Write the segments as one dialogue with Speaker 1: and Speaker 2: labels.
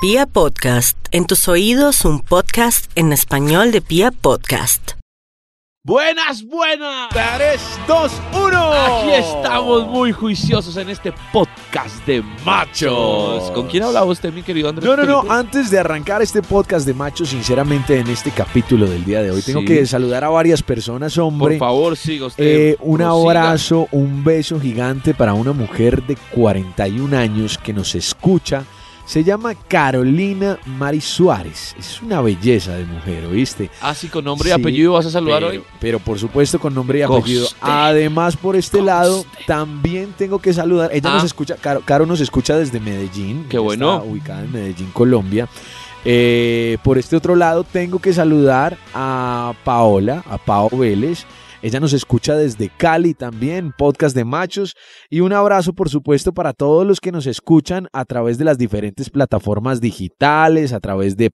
Speaker 1: Pia Podcast, en tus oídos un podcast en español de Pia Podcast.
Speaker 2: Buenas, buenas.
Speaker 3: 3, 2, 1.
Speaker 2: Aquí estamos muy juiciosos en este podcast de machos. ¿Con quién hablaba usted, mi querido Andrés?
Speaker 3: No, no, no.
Speaker 2: Felipe?
Speaker 3: Antes de arrancar este podcast de machos, sinceramente, en este capítulo del día de hoy, tengo
Speaker 2: Sí.
Speaker 3: que saludar a varias personas,
Speaker 2: Por
Speaker 3: hombre.
Speaker 2: favor, siga usted.
Speaker 3: Eh, un
Speaker 2: prosiga.
Speaker 3: abrazo, un beso gigante para una mujer de 41 años que nos escucha. Se llama Carolina Mari Suárez. Es una belleza de mujer, ¿oíste?
Speaker 2: Así con nombre y
Speaker 3: Sí,
Speaker 2: apellido vas a saludar
Speaker 3: pero,
Speaker 2: hoy.
Speaker 3: pero por supuesto con nombre y
Speaker 2: Coste.
Speaker 3: apellido. Además, por este
Speaker 2: Coste.
Speaker 3: lado, también tengo que saludar. Ella
Speaker 2: Ah.
Speaker 3: nos escucha, Caro, Caro nos escucha desde Medellín.
Speaker 2: Qué
Speaker 3: Ella
Speaker 2: bueno.
Speaker 3: Está ubicada en Medellín, Colombia. Eh, por este otro lado, tengo que saludar a Paola, a Pao Vélez. Ella nos escucha desde Cali también, podcast de machos. Y un abrazo, por supuesto, para todos los que nos escuchan a través de las diferentes plataformas digitales, a través de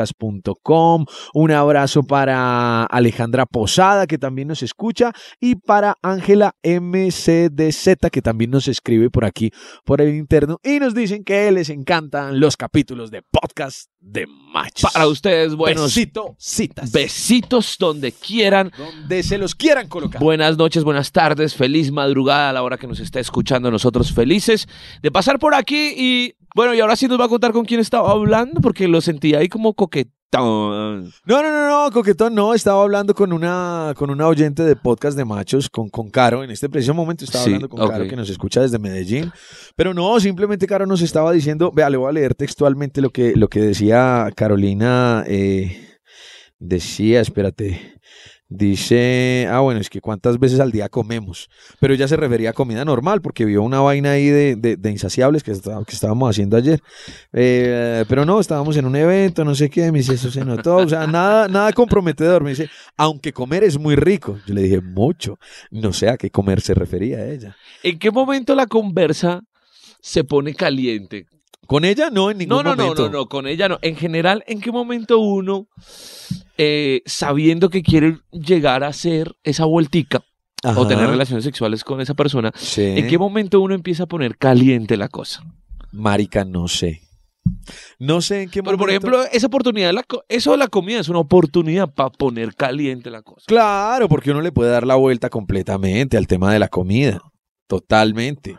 Speaker 3: piapodcast.com. Un abrazo para Alejandra Posada, que también nos escucha, y para Ángela MCDZ, que también nos escribe por aquí, por el interno, y nos dicen que les encantan los capítulos de podcast de machos.
Speaker 2: Para ustedes, buenos
Speaker 3: Besito, citas.
Speaker 2: besitos donde quieran.
Speaker 3: Donde se los quieran colocar.
Speaker 2: Buenas noches, buenas tardes, feliz madrugada a la hora que nos está escuchando nosotros felices de pasar por aquí y bueno, y ahora sí nos va a contar con quién estaba hablando porque lo sentí ahí como coquetón.
Speaker 3: No, no, no, no, coquetón, no. Estaba hablando con una, con una oyente de podcast de machos, con, con Caro. En este preciso momento estaba
Speaker 2: Sí,
Speaker 3: hablando con Caro,
Speaker 2: ok.
Speaker 3: que nos escucha desde Medellín. Pero no, simplemente Caro nos estaba diciendo, vea, le voy a leer textualmente lo que, lo que decía Carolina. eh, decía, espérate. Dice, ah, bueno, es que cuántas veces al día comemos. Pero ella se refería a comida normal, porque vio una vaina ahí de, de- de insaciables que, está- que estábamos haciendo ayer. Eh, pero no, estábamos en un evento, no sé qué, me dice, eso se notó, o sea, nada, nada comprometedor, me dice, aunque comer es muy rico. Yo le dije, mucho, no sé a qué comer se refería ella.
Speaker 2: ¿En qué momento la conversa se pone caliente?
Speaker 3: Con ella no, en ningún
Speaker 2: No, no, no,
Speaker 3: momento.
Speaker 2: no, no, con ella no. En general, ¿en qué momento uno, eh, sabiendo que quiere llegar a hacer esa vueltica
Speaker 3: Ajá,
Speaker 2: o tener relaciones sexuales con esa persona,
Speaker 3: sí.
Speaker 2: ¿en qué momento uno empieza a poner caliente la cosa?
Speaker 3: Marica, no sé. No sé en qué
Speaker 2: Pero, por
Speaker 3: momento-
Speaker 2: ejemplo, esa oportunidad, de la co- eso de la comida es una oportunidad para poner caliente la cosa.
Speaker 3: Claro, porque uno le puede dar la vuelta completamente al tema de la comida. Totalmente.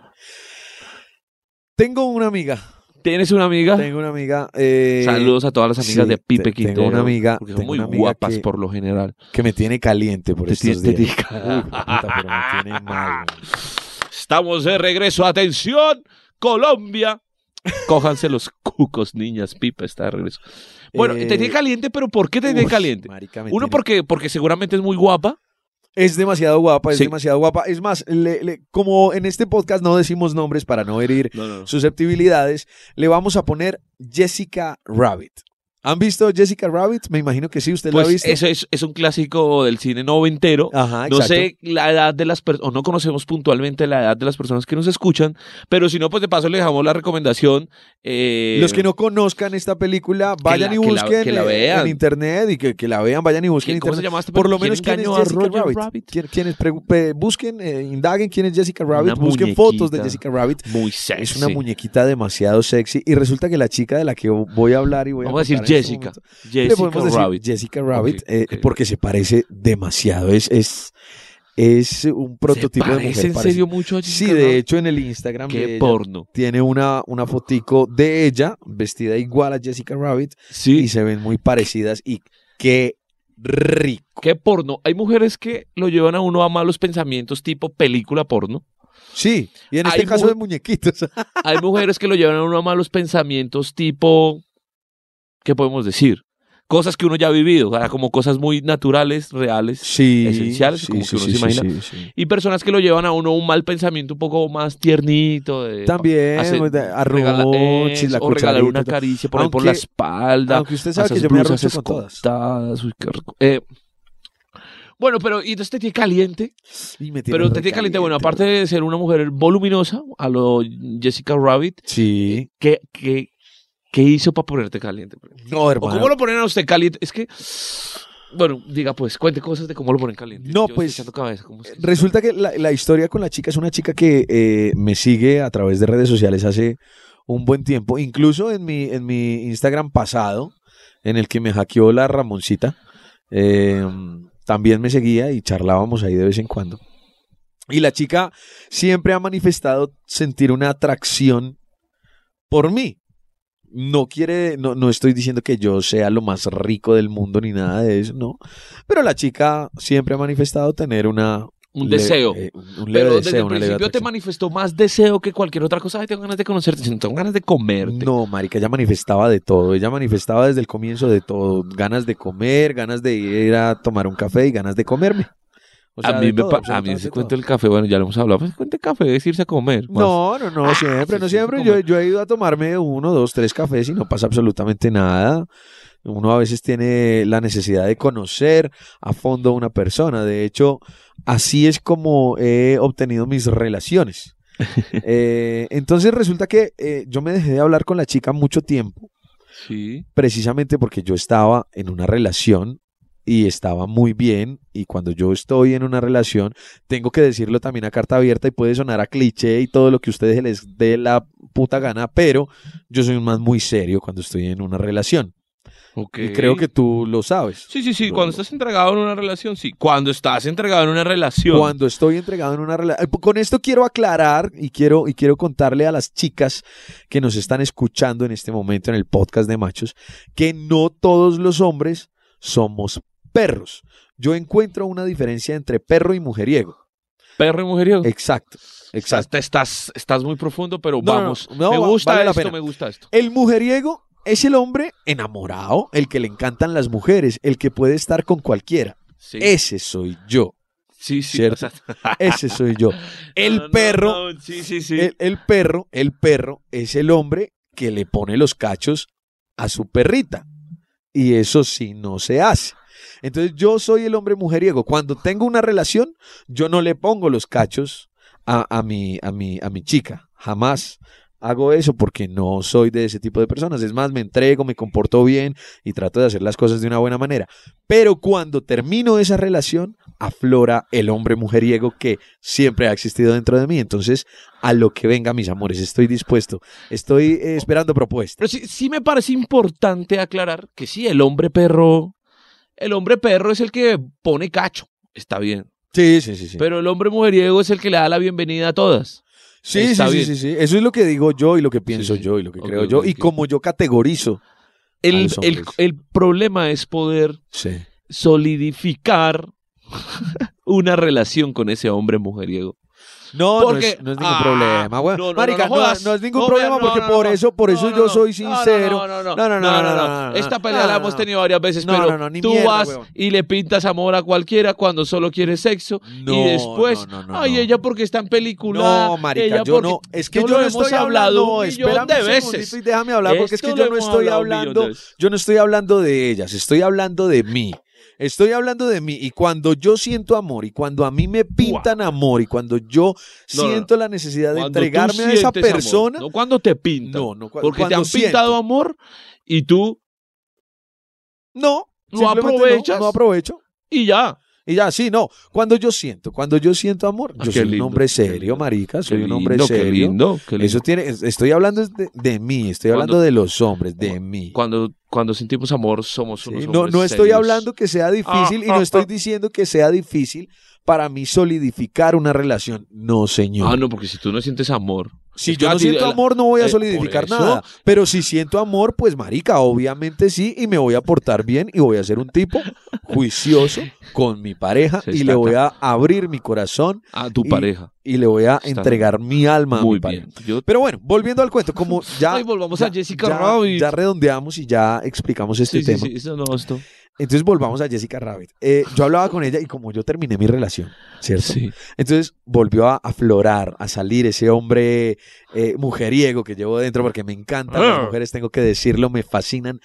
Speaker 3: Tengo una amiga.
Speaker 2: ¿Tienes una amiga?
Speaker 3: Tengo una amiga. eh,
Speaker 2: Saludos a todas las amigas
Speaker 3: sí,
Speaker 2: de Pipe
Speaker 3: te- tengo
Speaker 2: Quintero.
Speaker 3: una amiga-
Speaker 2: Porque son
Speaker 3: tengo
Speaker 2: muy
Speaker 3: una amiga
Speaker 2: guapas
Speaker 3: que-
Speaker 2: por lo general.
Speaker 3: Que me tiene caliente por
Speaker 2: Te
Speaker 3: estos
Speaker 2: tiene- te
Speaker 3: días.
Speaker 2: tiene-
Speaker 3: Uy, puta, pero me tiene mal. güey.
Speaker 2: Estamos de regreso. Atención, Colombia. Cójanse los cucos, niñas. Pipa está de regreso. Bueno,
Speaker 3: Eh,
Speaker 2: te tiene caliente, pero ¿por qué te tiene
Speaker 3: Uy,
Speaker 2: caliente?
Speaker 3: marica, me
Speaker 2: Uno
Speaker 3: tiene-
Speaker 2: porque, porque seguramente es muy guapa.
Speaker 3: Es demasiado guapa, es
Speaker 2: Sí.
Speaker 3: demasiado guapa. Es más, le- le- como en este podcast no decimos nombres para no herir
Speaker 2: No, no,
Speaker 3: susceptibilidades, le vamos a poner Jessica Rabbit. ¿Han visto Jessica Rabbit? Me imagino que sí, usted la ha
Speaker 2: Pues
Speaker 3: visto.
Speaker 2: eso es, es un clásico del cine noventero.
Speaker 3: Ajá,
Speaker 2: No
Speaker 3: Ah, exacto.
Speaker 2: sé la edad de las personas, o no conocemos puntualmente la edad de las personas que nos escuchan, pero si no, pues de paso le dejamos la recomendación. eh,
Speaker 3: Los que no conozcan esta película, vayan
Speaker 2: la-
Speaker 3: y
Speaker 2: que la-
Speaker 3: busquen
Speaker 2: que la
Speaker 3: eh,
Speaker 2: vean.
Speaker 3: en internet y que, que la vean, vayan y busquen en
Speaker 2: ¿Quién- ¿Cómo se
Speaker 3: internet.
Speaker 2: llama este
Speaker 3: Por lo menos quién es
Speaker 2: engañó a
Speaker 3: Jessica
Speaker 2: Roger
Speaker 3: Rabbit.
Speaker 2: Rabbit?
Speaker 3: ¿Quién- quién es? Pregu- pe- busquen, eh, indaguen quién es Jessica Rabbit,
Speaker 2: Una
Speaker 3: busquen fotos de
Speaker 2: muñequita.
Speaker 3: Jessica Rabbit.
Speaker 2: Muy sexy.
Speaker 3: Es una muñequita demasiado sexy y resulta que la chica de la que voy a hablar y voy
Speaker 2: Vamos a decir
Speaker 3: contar en este
Speaker 2: Jessica.
Speaker 3: momento, le
Speaker 2: Jessica
Speaker 3: podemos decir
Speaker 2: Rabbit.
Speaker 3: Jessica Rabbit
Speaker 2: Ok,
Speaker 3: eh,
Speaker 2: ok.
Speaker 3: porque se parece demasiado. Es, es, es un prototipo
Speaker 2: ¿Se
Speaker 3: de
Speaker 2: parece
Speaker 3: mujer.
Speaker 2: en
Speaker 3: parece.
Speaker 2: serio mucho a
Speaker 3: Sí,
Speaker 2: Jessica
Speaker 3: de
Speaker 2: Rabbit?
Speaker 3: hecho en el Instagram de
Speaker 2: Qué
Speaker 3: ella
Speaker 2: porno.
Speaker 3: tiene una, una fotico de ella vestida igual a Jessica Rabbit y
Speaker 2: Sí.
Speaker 3: se ven muy parecidas y qué rico.
Speaker 2: Qué porno. Hay mujeres que lo llevan a uno a malos pensamientos tipo película porno.
Speaker 3: Sí, y en
Speaker 2: Hay
Speaker 3: este caso
Speaker 2: mu-
Speaker 3: de muñequitos.
Speaker 2: Hay mujeres que lo llevan a uno a malos pensamientos tipo... ¿Qué podemos decir? Cosas que uno ya ha vivido, o sea, como cosas muy naturales, reales.
Speaker 3: Sí,
Speaker 2: Esenciales, como que uno se imagina. Eh, Y personas que lo llevan a uno a un mal pensamiento un poco más tiernito. De,
Speaker 3: También,
Speaker 2: hacer-
Speaker 3: pues, de-
Speaker 2: regala-
Speaker 3: arromochis,
Speaker 2: eso,
Speaker 3: la
Speaker 2: o regalar
Speaker 3: cucharita,
Speaker 2: una
Speaker 3: todo.
Speaker 2: caricia, poner por
Speaker 3: Aunque-
Speaker 2: la espalda.
Speaker 3: Aunque usted sabe
Speaker 2: Esas
Speaker 3: que yo me
Speaker 2: blusas
Speaker 3: arrocho con todas.
Speaker 2: escotadas, uy, qué rico. Eh, bueno, pero y entonces te tiene caliente.
Speaker 3: Y me tiene
Speaker 2: pero te tiene caliente, bueno, aparte de ser una mujer voluminosa, a lo Jessica Rabbit,
Speaker 3: Sí.
Speaker 2: ¿qué, qué, qué hizo para ponerte caliente? eh,
Speaker 3: No,
Speaker 2: ¿O
Speaker 3: hermano.
Speaker 2: cómo lo ponen a usted caliente? Es que, bueno, diga pues, cuente cosas de cómo lo ponen caliente.
Speaker 3: No,
Speaker 2: Yo
Speaker 3: pues,
Speaker 2: estoy echando cabeza, ¿cómo es que-
Speaker 3: eh, Resulta que la, la historia con la chica es una chica que eh, me sigue a través de redes sociales hace un buen tiempo. Incluso en mi, en mi Instagram pasado, en el que me hackeó la Ramoncita, eh, también me seguía y charlábamos ahí de vez en cuando. Y la chica siempre ha manifestado sentir una atracción por mí. No quiere, no, no estoy diciendo que yo sea lo más rico del mundo ni nada de eso, no. Pero la chica siempre ha manifestado tener una.
Speaker 2: Un
Speaker 3: le-
Speaker 2: deseo.
Speaker 3: eh, un leve
Speaker 2: Pero
Speaker 3: deseo,
Speaker 2: desde el
Speaker 3: una leve
Speaker 2: principio te
Speaker 3: atracción.
Speaker 2: manifestó más deseo que cualquier otra cosa. Ay, tengo ganas de conocerte, tengo ganas de comerte.
Speaker 3: No, marica, ella manifestaba de todo. Ella manifestaba desde el comienzo de todo. Ganas de comer, ganas de ir a tomar un café y ganas de comerme. O sea,
Speaker 2: a mí,
Speaker 3: de
Speaker 2: me
Speaker 3: todo,
Speaker 2: pa- a mí
Speaker 3: absolutamente
Speaker 2: se
Speaker 3: todo.
Speaker 2: cuenta el café, bueno, ya lo hemos hablado, pues se cuenta el café, es irse a comer. Juan. Ah,
Speaker 3: No, no, no, siempre,
Speaker 2: sí,
Speaker 3: no
Speaker 2: sí,
Speaker 3: siempre.
Speaker 2: sí,
Speaker 3: Yo,
Speaker 2: como-
Speaker 3: yo he ido a tomarme uno, dos, tres cafés y no pasa absolutamente nada. Uno a veces tiene la necesidad de conocer a fondo a una persona. De hecho, así es como he obtenido mis relaciones. Eh, entonces resulta que eh, yo me dejé de hablar con la chica mucho tiempo
Speaker 2: Sí.
Speaker 3: precisamente porque yo estaba en una relación y estaba muy bien y cuando yo estoy en una relación tengo que decirlo también a carta abierta y puede sonar a cliché y todo lo que a ustedes les dé la puta gana, pero yo soy un man muy serio cuando estoy en una relación
Speaker 2: Ok.
Speaker 3: y creo que tú lo sabes.
Speaker 2: Sí, sí, sí.
Speaker 3: No,
Speaker 2: Cuando
Speaker 3: no.
Speaker 2: estás entregado en una relación, sí. Cuando estás entregado en una relación.
Speaker 3: Cuando estoy entregado en una relación. Con esto quiero aclarar y quiero, y quiero contarle a las chicas que nos están escuchando en este momento en el podcast de machos que no todos los hombres somos perros. Yo encuentro una diferencia entre perro y mujeriego.
Speaker 2: Perro y mujeriego.
Speaker 3: Exacto, exacto.
Speaker 2: Estás, estás, estás muy profundo, pero
Speaker 3: No, no,
Speaker 2: vamos.
Speaker 3: no,
Speaker 2: me
Speaker 3: va-
Speaker 2: gusta
Speaker 3: vale la
Speaker 2: esto,
Speaker 3: pena.
Speaker 2: me gusta esto.
Speaker 3: El mujeriego es el hombre enamorado, el que le encantan las mujeres, el que puede estar con cualquiera.
Speaker 2: Sí,
Speaker 3: Ese soy yo.
Speaker 2: sí, sí.
Speaker 3: cierto.
Speaker 2: o sea,
Speaker 3: Ese soy yo. El
Speaker 2: no, no,
Speaker 3: perro
Speaker 2: no, sí, sí, sí.
Speaker 3: El, el perro, el perro es el hombre que le pone los cachos a su perrita. Y eso sí no se hace. Entonces yo soy el hombre mujeriego. Cuando tengo una relación, yo no le pongo los cachos a, a mi, a, mi, a mi chica. Jamás hago eso porque no soy de ese tipo de personas. Es más, me entrego, me comporto bien y trato de hacer las cosas de una buena manera. Pero cuando termino esa relación, aflora el hombre mujeriego que siempre ha existido dentro de mí. Entonces, a lo que venga, mis amores, estoy dispuesto. Estoy eh, esperando propuestas.
Speaker 2: Pero sí, sí me parece importante aclarar que sí, el hombre perro, el hombre perro es el que pone cacho, está bien.
Speaker 3: Sí, sí, sí, sí.
Speaker 2: Pero el hombre mujeriego es el que le da la bienvenida a todas.
Speaker 3: Sí, sí,
Speaker 2: Está
Speaker 3: sí,
Speaker 2: bien.
Speaker 3: sí, sí. Eso es lo que digo yo y lo que pienso
Speaker 2: sí.
Speaker 3: yo y lo que
Speaker 2: Ok,
Speaker 3: creo
Speaker 2: ok,
Speaker 3: yo y
Speaker 2: ok.
Speaker 3: como yo categorizo. A
Speaker 2: El,
Speaker 3: los
Speaker 2: el-
Speaker 3: hombres.
Speaker 2: el problema es poder
Speaker 3: Sí.
Speaker 2: solidificar una relación con ese hombre mujeriego.
Speaker 3: No,
Speaker 2: Porque-
Speaker 3: no, es, no es ningún
Speaker 2: ah,
Speaker 3: problema, güey.
Speaker 2: no, no, no
Speaker 3: Marica, no,
Speaker 2: jodas.
Speaker 3: no es ningún
Speaker 2: No,
Speaker 3: problema
Speaker 2: vea, no,
Speaker 3: porque
Speaker 2: no,
Speaker 3: por
Speaker 2: no.
Speaker 3: eso, por eso
Speaker 2: No, no,
Speaker 3: yo
Speaker 2: no.
Speaker 3: soy
Speaker 2: No, no,
Speaker 3: sincero.
Speaker 2: No, no, no.
Speaker 3: No, no, no, no, no, no,
Speaker 2: Esta
Speaker 3: no,
Speaker 2: pelea
Speaker 3: no,
Speaker 2: la
Speaker 3: no,
Speaker 2: hemos
Speaker 3: no.
Speaker 2: tenido varias veces,
Speaker 3: No,
Speaker 2: pero
Speaker 3: no, no, ni
Speaker 2: tú
Speaker 3: mierda,
Speaker 2: vas
Speaker 3: huevón.
Speaker 2: y le pintas amor a cualquiera cuando solo quieres sexo.
Speaker 3: No,
Speaker 2: y después,
Speaker 3: no, no, no,
Speaker 2: ay,
Speaker 3: no.
Speaker 2: ella porque está en película.
Speaker 3: No, marica,
Speaker 2: ella
Speaker 3: yo
Speaker 2: porque-
Speaker 3: no. Es que
Speaker 2: No
Speaker 3: yo
Speaker 2: lo
Speaker 3: no
Speaker 2: hemos
Speaker 3: estoy
Speaker 2: hablado
Speaker 3: hablando.
Speaker 2: un millón
Speaker 3: espérame
Speaker 2: de
Speaker 3: un
Speaker 2: veces.
Speaker 3: segundito y déjame hablar porque
Speaker 2: Esto
Speaker 3: es que
Speaker 2: lo
Speaker 3: yo no
Speaker 2: hemos
Speaker 3: estoy
Speaker 2: hablado un millón de
Speaker 3: hablando.
Speaker 2: veces.
Speaker 3: Yo no estoy hablando de ellas. Estoy hablando de mí. Estoy hablando de mí. Y cuando yo siento amor y cuando a mí me pintan amor y cuando
Speaker 2: No,
Speaker 3: yo
Speaker 2: no, no.
Speaker 3: siento la necesidad de
Speaker 2: Cuando tú
Speaker 3: entregarme a esa
Speaker 2: sientes amor,
Speaker 3: persona.
Speaker 2: no cuando te pintan.
Speaker 3: No, no. cu-
Speaker 2: porque te
Speaker 3: cuando
Speaker 2: han
Speaker 3: siento.
Speaker 2: pintado amor y tú
Speaker 3: No.
Speaker 2: no
Speaker 3: simplemente
Speaker 2: aprovechas.
Speaker 3: No, no aprovecho.
Speaker 2: y ya.
Speaker 3: Y ya, sí, no. Cuando yo siento, cuando yo siento amor,
Speaker 2: Ah,
Speaker 3: yo
Speaker 2: qué
Speaker 3: soy
Speaker 2: lindo,
Speaker 3: un hombre
Speaker 2: qué
Speaker 3: serio,
Speaker 2: lindo.
Speaker 3: marica, soy
Speaker 2: Qué
Speaker 3: un hombre
Speaker 2: lindo, Qué
Speaker 3: serio.
Speaker 2: lindo, qué lindo.
Speaker 3: Eso tiene, es- estoy hablando es de, de mí, estoy hablando
Speaker 2: Cuando-
Speaker 3: de los hombres, de
Speaker 2: cu-
Speaker 3: mí.
Speaker 2: cuando, cuando sentimos amor somos
Speaker 3: Sí,
Speaker 2: unos
Speaker 3: No,
Speaker 2: hombres
Speaker 3: no estoy
Speaker 2: serios.
Speaker 3: hablando que sea difícil y
Speaker 2: ah,
Speaker 3: no estoy
Speaker 2: ah.
Speaker 3: diciendo que sea difícil para mí solidificar una relación. No, señor.
Speaker 2: Ah, no, porque si tú no sientes amor.
Speaker 3: Si
Speaker 2: Es
Speaker 3: yo
Speaker 2: que
Speaker 3: no
Speaker 2: a ti-
Speaker 3: siento
Speaker 2: la-
Speaker 3: amor, no voy
Speaker 2: eh,
Speaker 3: a
Speaker 2: por
Speaker 3: solidificar
Speaker 2: eso-
Speaker 3: nada. Pero si siento amor, pues marica, obviamente sí, y me voy a portar bien y voy a ser un tipo juicioso con mi pareja
Speaker 2: Se
Speaker 3: y le
Speaker 2: estaca.
Speaker 3: voy a abrir mi corazón
Speaker 2: A tu
Speaker 3: Y-
Speaker 2: pareja.
Speaker 3: y le voy a
Speaker 2: Está
Speaker 3: entregar mi alma a mi
Speaker 2: Muy
Speaker 3: pareja.
Speaker 2: bien. Yo-
Speaker 3: Pero bueno, volviendo al cuento, como ya,
Speaker 2: Ay, volvamos a Jessica
Speaker 3: ya,
Speaker 2: Rabbit.
Speaker 3: ya redondeamos y ya explicamos este
Speaker 2: sí, sí,
Speaker 3: tema.
Speaker 2: sí, eso no, esto.
Speaker 3: Entonces volvamos a Jessica Rabbit. Eh, yo hablaba con ella y como yo terminé mi relación, ¿cierto?
Speaker 2: Sí.
Speaker 3: Entonces volvió a aflorar, a salir ese hombre eh, mujeriego que llevo dentro porque me encantan las
Speaker 2: Ah.
Speaker 3: mujeres, tengo que decirlo, me fascinan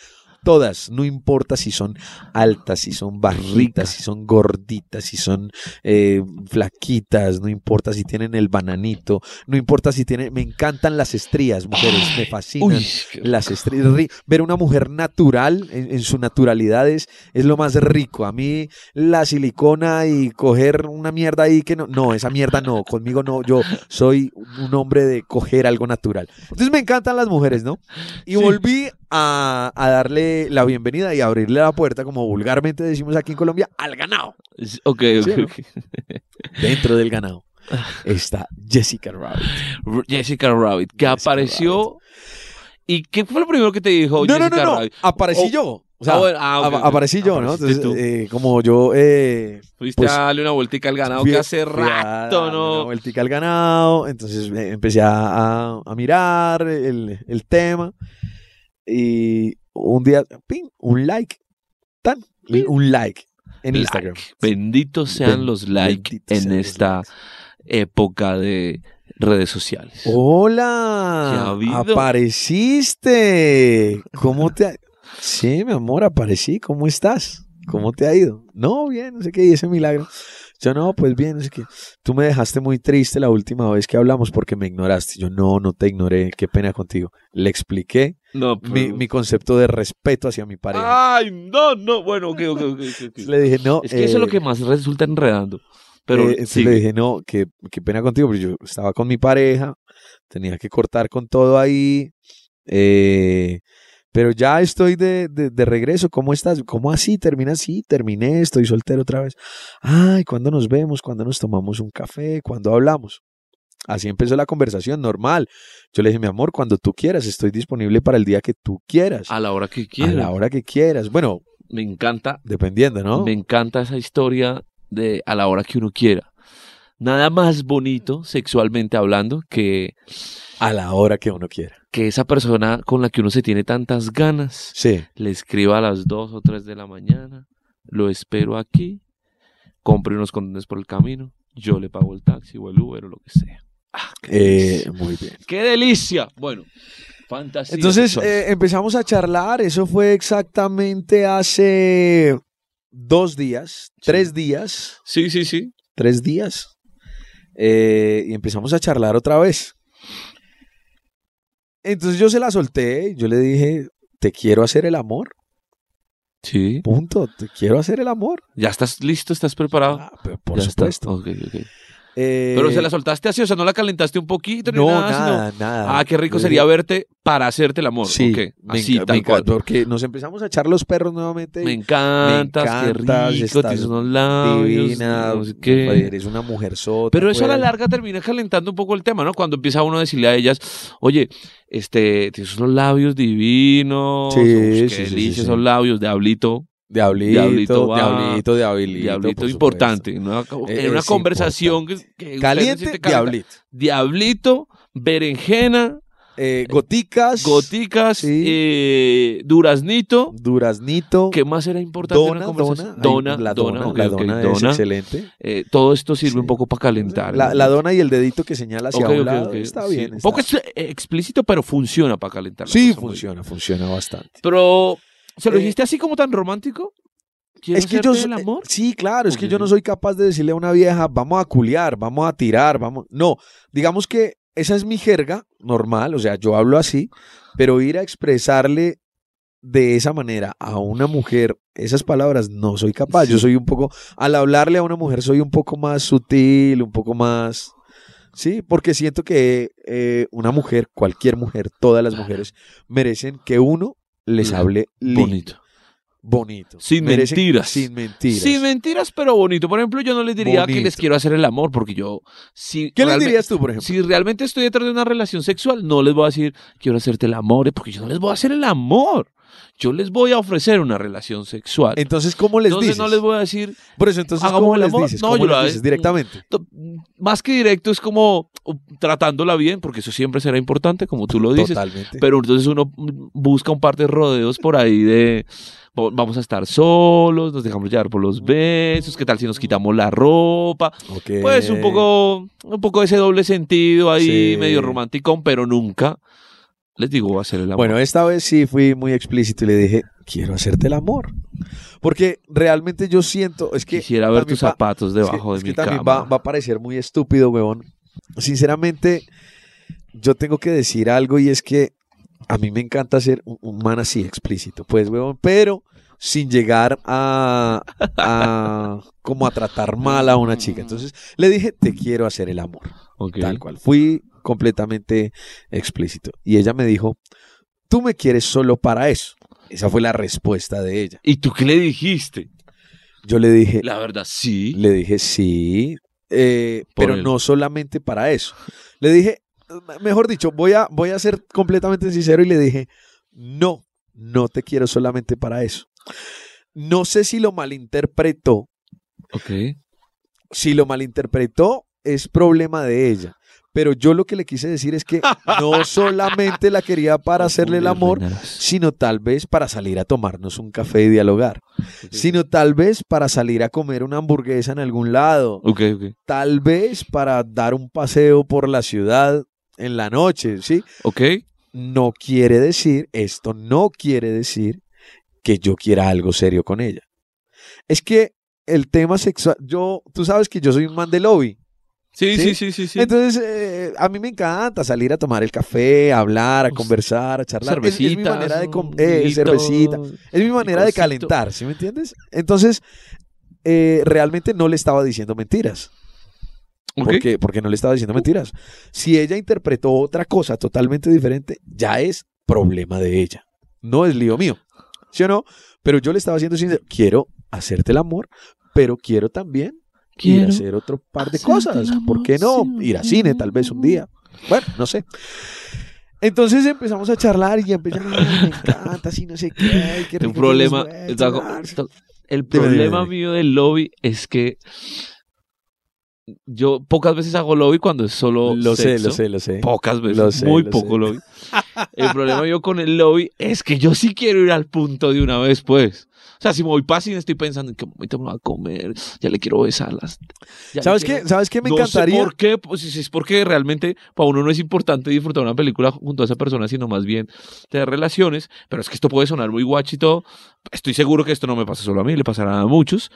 Speaker 3: todas, no importa si son altas, si son barritas, si son gorditas, si son eh, flaquitas, no importa si tienen el bananito, no importa si tienen, me encantan las estrías, mujeres, me fascinan
Speaker 2: Uy, qué-
Speaker 3: las estrías. ri- Ver una mujer natural, en, en su naturalidad, es, es lo más rico. A mí la silicona y coger una mierda ahí que no, no, esa mierda no, conmigo no, yo soy un hombre de coger algo natural. Entonces me encantan las mujeres, ¿no? Y
Speaker 2: Sí.
Speaker 3: volví a, a darle la bienvenida y abrirle la puerta, como vulgarmente decimos aquí en Colombia, al ganado.
Speaker 2: Es- Ok, ok,
Speaker 3: Sí, ¿no?
Speaker 2: ok.
Speaker 3: Dentro del ganado está Jessica Rabbit.
Speaker 2: R- Jessica Rabbit, que
Speaker 3: Jessica
Speaker 2: apareció. ¿Y qué fue lo primero que te dijo
Speaker 3: no, no,
Speaker 2: Oh, Jessica
Speaker 3: no, no,
Speaker 2: Rabbit?
Speaker 3: aparecí
Speaker 2: Oh,
Speaker 3: yo. O sea,
Speaker 2: ah, bueno, ah, ok,
Speaker 3: apa-
Speaker 2: ok.
Speaker 3: aparecí yo, ¿no?
Speaker 2: Apareciste
Speaker 3: Entonces,
Speaker 2: tú.
Speaker 3: eh, como yo... eh,
Speaker 2: Fuiste
Speaker 3: pues,
Speaker 2: a darle una vueltica al ganado
Speaker 3: Fui-
Speaker 2: que hace
Speaker 3: fui a
Speaker 2: rato,
Speaker 3: darme Una
Speaker 2: ¿no?
Speaker 3: vueltica al ganado, entonces eh, empecé a, a- a mirar el, el tema y un día, ping, un like, tan,
Speaker 2: Ping.
Speaker 3: un like en
Speaker 2: Like.
Speaker 3: Instagram.
Speaker 2: Benditos sean
Speaker 3: Ben-
Speaker 2: los likes
Speaker 3: benditos
Speaker 2: en
Speaker 3: sean los
Speaker 2: esta
Speaker 3: likes.
Speaker 2: época de redes sociales.
Speaker 3: Oh,
Speaker 2: ¿Qué ha
Speaker 3: Hola,
Speaker 2: habido?
Speaker 3: apareciste. ¿Cómo te ha... Sí, mi amor, aparecí. ¿Cómo estás? ¿Cómo te ha ido? No, bien, no sé qué, y ese milagro. Yo no, pues bien, no sé qué. Tú me dejaste muy triste la última vez que hablamos porque me ignoraste. Yo no, no te ignoré, qué pena contigo. Le expliqué
Speaker 2: No,
Speaker 3: mi,
Speaker 2: pero-
Speaker 3: mi concepto de respeto hacia mi pareja.
Speaker 2: Ay, no, no. Bueno, ok, ok, ok, ok, ok.
Speaker 3: Le dije, no.
Speaker 2: Ah. Es que eso es lo
Speaker 3: eh,
Speaker 2: que más resulta enredando. Pero
Speaker 3: Eh, entonces
Speaker 2: sigue.
Speaker 3: le dije, no, qué, qué pena contigo, pero yo estaba con mi pareja, tenía que cortar con todo ahí, eh, pero ya estoy de, de- de regreso, ¿cómo estás? ¿Cómo así? ¿Termina así? Terminé, estoy soltero otra vez. Ay, ¿cuándo nos vemos? ¿Cuándo nos tomamos un café? ¿Cuándo hablamos? Así empezó la conversación, normal. Yo le dije, mi amor, cuando tú quieras, estoy disponible para el día que tú quieras,
Speaker 2: a la hora que
Speaker 3: a
Speaker 2: quieras.
Speaker 3: la hora que quieras. Bueno,
Speaker 2: Me encanta
Speaker 3: dependiendo, ¿no?
Speaker 2: Me encanta esa historia de a la hora que uno quiera. Nada más bonito, sexualmente hablando, que,
Speaker 3: A la hora que uno quiera.
Speaker 2: que esa persona con la que uno se tiene tantas ganas
Speaker 3: Sí.
Speaker 2: le escriba a las 2 o 3 de la mañana, lo espero aquí, compre unos condones por el camino, yo le pago el taxi o el Uber o lo que sea. Ah, qué,
Speaker 3: Eh,
Speaker 2: delicia.
Speaker 3: muy bien.
Speaker 2: ¡Qué delicia! Bueno, fantasía.
Speaker 3: Entonces
Speaker 2: sexual.
Speaker 3: eh, empezamos a charlar, eso fue exactamente hace dos días, tres días,
Speaker 2: sí, sí, sí.
Speaker 3: tres días, Eh, y empezamos a charlar otra vez. Entonces yo se la solté, yo le dije, te quiero hacer el amor,
Speaker 2: Sí.
Speaker 3: punto, te quiero hacer el amor.
Speaker 2: ¿Ya estás listo? ¿Estás preparado?
Speaker 3: Ah, pero por
Speaker 2: Ya está.
Speaker 3: supuesto.
Speaker 2: Ok, ok.
Speaker 3: Eh,
Speaker 2: Pero se la soltaste así, o sea, no la calentaste un poquito ni
Speaker 3: No,
Speaker 2: nada. sino-
Speaker 3: nada, nada.
Speaker 2: Ah, qué rico
Speaker 3: Yo
Speaker 2: sería
Speaker 3: dije,
Speaker 2: verte para hacerte el amor.
Speaker 3: Sí,
Speaker 2: ok.
Speaker 3: me
Speaker 2: así,
Speaker 3: enca- me
Speaker 2: tal
Speaker 3: enca-
Speaker 2: cual.
Speaker 3: porque nos empezamos a echar los perros nuevamente. y-
Speaker 2: Me encantas, qué
Speaker 3: encantas,
Speaker 2: rico,
Speaker 3: estás
Speaker 2: tienes unos labios,
Speaker 3: divina,
Speaker 2: no sé qué.
Speaker 3: eres una mujer sota. pues.
Speaker 2: Pero eso a la larga termina calentando un poco el tema, ¿no? Cuando empieza uno a decirle a ellas, oye, este, tienes unos labios divinos,
Speaker 3: Sí,
Speaker 2: uy,
Speaker 3: sí,
Speaker 2: qué
Speaker 3: sí, sí,
Speaker 2: delicia
Speaker 3: sí.
Speaker 2: esos labios, de hablito,
Speaker 3: Diablito,
Speaker 2: Diablito
Speaker 3: diablito,
Speaker 2: va-
Speaker 3: diablito, diablito. por
Speaker 2: diablito
Speaker 3: supuesto.
Speaker 2: importante, ¿no?
Speaker 3: Eh,
Speaker 2: En una
Speaker 3: es
Speaker 2: conversación que, que usted
Speaker 3: Caliente,
Speaker 2: necesite calentar.
Speaker 3: diablito.
Speaker 2: diablito, berenjena,
Speaker 3: Eh, goticas,
Speaker 2: goticas,
Speaker 3: Sí.
Speaker 2: eh, duraznito.
Speaker 3: duraznito,
Speaker 2: ¿Qué más era importante? en una
Speaker 3: dona, dona,
Speaker 2: conversación?
Speaker 3: hay-
Speaker 2: dona,
Speaker 3: la
Speaker 2: dona,
Speaker 3: dona,
Speaker 2: ok,
Speaker 3: la
Speaker 2: ok,
Speaker 3: dona es
Speaker 2: dona.
Speaker 3: excelente.
Speaker 2: Eh, todo esto sirve
Speaker 3: Sí.
Speaker 2: un poco para calentar.
Speaker 3: La, la dona y el dedito que señala hacia
Speaker 2: Ok,
Speaker 3: un
Speaker 2: ok,
Speaker 3: lado,
Speaker 2: ok,
Speaker 3: está
Speaker 2: sí.
Speaker 3: bien.
Speaker 2: Un
Speaker 3: está-
Speaker 2: poco ex- explícito, pero funciona para calentar. la
Speaker 3: Sí,
Speaker 2: cosa muy bien.
Speaker 3: funciona, funciona bastante.
Speaker 2: Pero, ¿se lo
Speaker 3: Eh,
Speaker 2: dijiste así como tan romántico? ¿Quieres
Speaker 3: Es que yo
Speaker 2: hacerte el
Speaker 3: so- eh,
Speaker 2: amor?
Speaker 3: Sí, claro, es que yo
Speaker 2: Ok.
Speaker 3: no soy capaz de decirle a una vieja, vamos a culiar, vamos a tirar, vamos. No, digamos que esa es mi jerga normal, o sea, yo hablo así, pero ir a expresarle de esa manera a una mujer esas palabras no soy capaz. Yo soy un poco, al hablarle a una mujer soy un poco más sutil, un poco más. Sí, porque siento que eh, una mujer, cualquier mujer, todas las mujeres merecen que uno les
Speaker 2: Ujú.
Speaker 3: hable lindo
Speaker 2: Bonito.
Speaker 3: bonito.
Speaker 2: Sin
Speaker 3: Merecen-
Speaker 2: mentiras.
Speaker 3: Sin mentiras.
Speaker 2: Sin mentiras, pero bonito. Por ejemplo, yo no les diría que les
Speaker 3: Bonito.
Speaker 2: quiero hacer el amor, porque yo, si
Speaker 3: ¿Qué les
Speaker 2: realme-
Speaker 3: dirías tú, por ejemplo?
Speaker 2: Si realmente estoy detrás de una relación sexual, no les voy a decir quiero hacerte el amor, eh, porque yo no les voy a hacer el amor. Yo les voy a ofrecer una relación sexual.
Speaker 3: Entonces, ¿cómo les
Speaker 2: entonces
Speaker 3: dices?
Speaker 2: no les voy a decir,
Speaker 3: Por eso, entonces,
Speaker 2: hagamos
Speaker 3: ¿cómo
Speaker 2: el
Speaker 3: les
Speaker 2: amor.
Speaker 3: dices?
Speaker 2: No,
Speaker 3: ¿Cómo
Speaker 2: yo la-
Speaker 3: les dices directamente?
Speaker 2: to- más que directo, es como uh, tratándola bien, porque eso siempre será importante, como tú lo dices.
Speaker 3: Totalmente.
Speaker 2: Pero entonces uno mm, busca un par de rodeos por ahí de "Vo- vamos a estar solos, nos dejamos llevar por los besos, qué tal si nos quitamos la ropa,
Speaker 3: Ok.
Speaker 2: pues un poco, un poco ese doble sentido ahí,
Speaker 3: Sí.
Speaker 2: medio romántico, pero nunca les digo hacer el amor.
Speaker 3: Bueno, esta vez sí fui muy explícito y le dije, quiero hacerte el amor. Porque realmente yo siento, es que...
Speaker 2: Quisiera ver
Speaker 3: también
Speaker 2: tus
Speaker 3: va-
Speaker 2: zapatos
Speaker 3: es que-
Speaker 2: debajo
Speaker 3: es
Speaker 2: de
Speaker 3: que
Speaker 2: mi
Speaker 3: también
Speaker 2: cama.
Speaker 3: Va, va a parecer muy estúpido, huevón. Sinceramente, yo tengo que decir algo y es que a mí me encanta ser un, un man así explícito, pues, huevón, pero sin llegar a, a como a tratar mal a una chica. Entonces le dije, te quiero hacer el amor,
Speaker 2: Ok.
Speaker 3: tal cual. Fui completamente explícito. Y ella me dijo, tú me quieres solo para eso. Esa fue la respuesta de ella.
Speaker 2: ¿Y tú qué le dijiste?
Speaker 3: Yo le dije,
Speaker 2: La verdad, sí.
Speaker 3: le dije, sí, eh,
Speaker 2: Por
Speaker 3: pero
Speaker 2: el-
Speaker 3: no solamente para eso. Le dije, mejor dicho, voy a, voy a ser completamente sincero y le dije, no, no te quiero solamente para eso. No sé si lo malinterpretó. Eh,
Speaker 2: Ok.
Speaker 3: Si lo malinterpretó, es problema de ella. Pero yo lo que le quise decir es que no solamente la quería para hacerle el amor, sino tal vez para salir a tomarnos un café y dialogar, sino tal vez para salir a comer una hamburguesa en algún lado,
Speaker 2: Ok, ok.
Speaker 3: tal vez para dar un paseo por la ciudad en la noche, ¿sí?
Speaker 2: Ok.
Speaker 3: No quiere decir, esto no quiere decir que yo quiera algo serio con ella. Es que el tema sexual, yo, tú sabes que yo soy un man de lobby.
Speaker 2: Sí,
Speaker 3: ¿Sí?
Speaker 2: sí, sí, sí. sí.
Speaker 3: Entonces, eh, a mí me encanta salir a tomar el café, a hablar, a
Speaker 2: Ust-
Speaker 3: conversar, a charlar. Es- Es, mi
Speaker 2: Cervecitas,
Speaker 3: manera de... com-
Speaker 2: un
Speaker 3: eh,
Speaker 2: vinito.
Speaker 3: cervecita. Es mi manera de
Speaker 2: Picosito.
Speaker 3: calentar, ¿sí me entiendes? Entonces, eh, realmente no le estaba diciendo mentiras.
Speaker 2: Ok.
Speaker 3: Porque, porque no le estaba diciendo mentiras. Si ella interpretó otra cosa totalmente diferente, ya es problema de ella. No es lío mío. ¿Sí o no? Pero yo le estaba haciendo sincero. Quiero hacerte el amor, pero quiero también ir a hacer otro par de
Speaker 2: hacerte
Speaker 3: cosas.
Speaker 2: el amor,
Speaker 3: ¿Por qué no?
Speaker 2: sí,
Speaker 3: Ir a
Speaker 2: sí.
Speaker 3: cine tal vez un día. Bueno, no sé. Entonces empezamos a charlar y empezamos, me encanta, así no sé qué, ay, qué
Speaker 2: Tu
Speaker 3: rico que
Speaker 2: problema.
Speaker 3: les voy a
Speaker 2: Taco,
Speaker 3: charlar".
Speaker 2: to- el
Speaker 3: dime,
Speaker 2: problema
Speaker 3: dime.
Speaker 2: mío del lobby es que yo pocas veces hago lobby cuando es solo.
Speaker 3: Lo sé,
Speaker 2: sexo.
Speaker 3: lo sé, lo sé.
Speaker 2: Pocas veces.
Speaker 3: Lo sé,
Speaker 2: muy
Speaker 3: lo
Speaker 2: poco
Speaker 3: sé.
Speaker 2: lobby. El problema yo con el lobby es que yo sí quiero ir al punto de una vez, pues. O sea, si me voy pasando estoy pensando en qué momento me va a comer, ya le quiero besar las. ya le
Speaker 3: ¿Sabes
Speaker 2: quiero-
Speaker 3: qué? ¿Sabes qué me
Speaker 2: no
Speaker 3: encantaría?
Speaker 2: Sé ¿Por qué? Pues, si- si es porque realmente para uno no es importante disfrutar una película junto a esa persona, sino más bien tener relaciones. Pero es que esto puede sonar muy guacho y todo. Estoy seguro que esto no me pasa solo a mí, le pasará a muchos.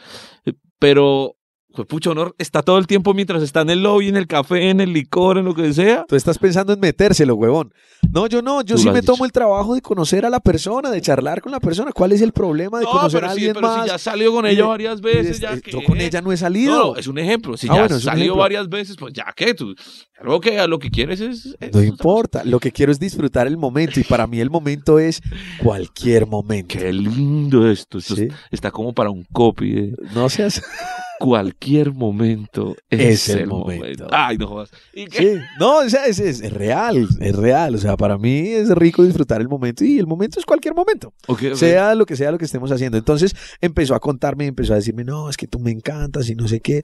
Speaker 2: Eh, Pero, pues, pucho, honor está todo el tiempo mientras está en el lobby, en el café, en el licor, en lo que sea.
Speaker 3: Tú estás pensando en metérselo, huevón. No, yo no, yo
Speaker 2: Tú
Speaker 3: sí
Speaker 2: lo has
Speaker 3: me
Speaker 2: dicho.
Speaker 3: tomo el trabajo de conocer a la persona, de charlar con la persona. ¿Cuál es el problema de
Speaker 2: No,
Speaker 3: conocer
Speaker 2: pero,
Speaker 3: a
Speaker 2: sí,
Speaker 3: alguien
Speaker 2: pero
Speaker 3: más?
Speaker 2: si ya salió con
Speaker 3: Y
Speaker 2: ella
Speaker 3: es-
Speaker 2: varias
Speaker 3: Y
Speaker 2: veces,
Speaker 3: es-
Speaker 2: ya
Speaker 3: es-
Speaker 2: que.
Speaker 3: yo con ella no he
Speaker 2: No,
Speaker 3: salido.
Speaker 2: no, es un ejemplo. Si
Speaker 3: Ah,
Speaker 2: ya
Speaker 3: bueno, es un
Speaker 2: salió
Speaker 3: ejemplo.
Speaker 2: varias veces, pues ya que tú. Algo que a lo que quieres es. es-
Speaker 3: No importa, lo que quiero es disfrutar el momento y para mí el momento es cualquier momento.
Speaker 2: Qué lindo esto. esto
Speaker 3: ¿sí?
Speaker 2: Está como para un copy de
Speaker 3: No seas.
Speaker 2: cualquier momento es, el, momento. Ay, no jodas. ¿Y qué?
Speaker 3: Sí. No, o sea, es, es- es real, es real. O sea, para mí es rico disfrutar el momento y el momento es cualquier momento.
Speaker 2: Ok, ok.
Speaker 3: sea lo que sea lo que estemos haciendo. Entonces empezó a contarme y empezó a decirme, no, es que tú me encantas y no sé qué.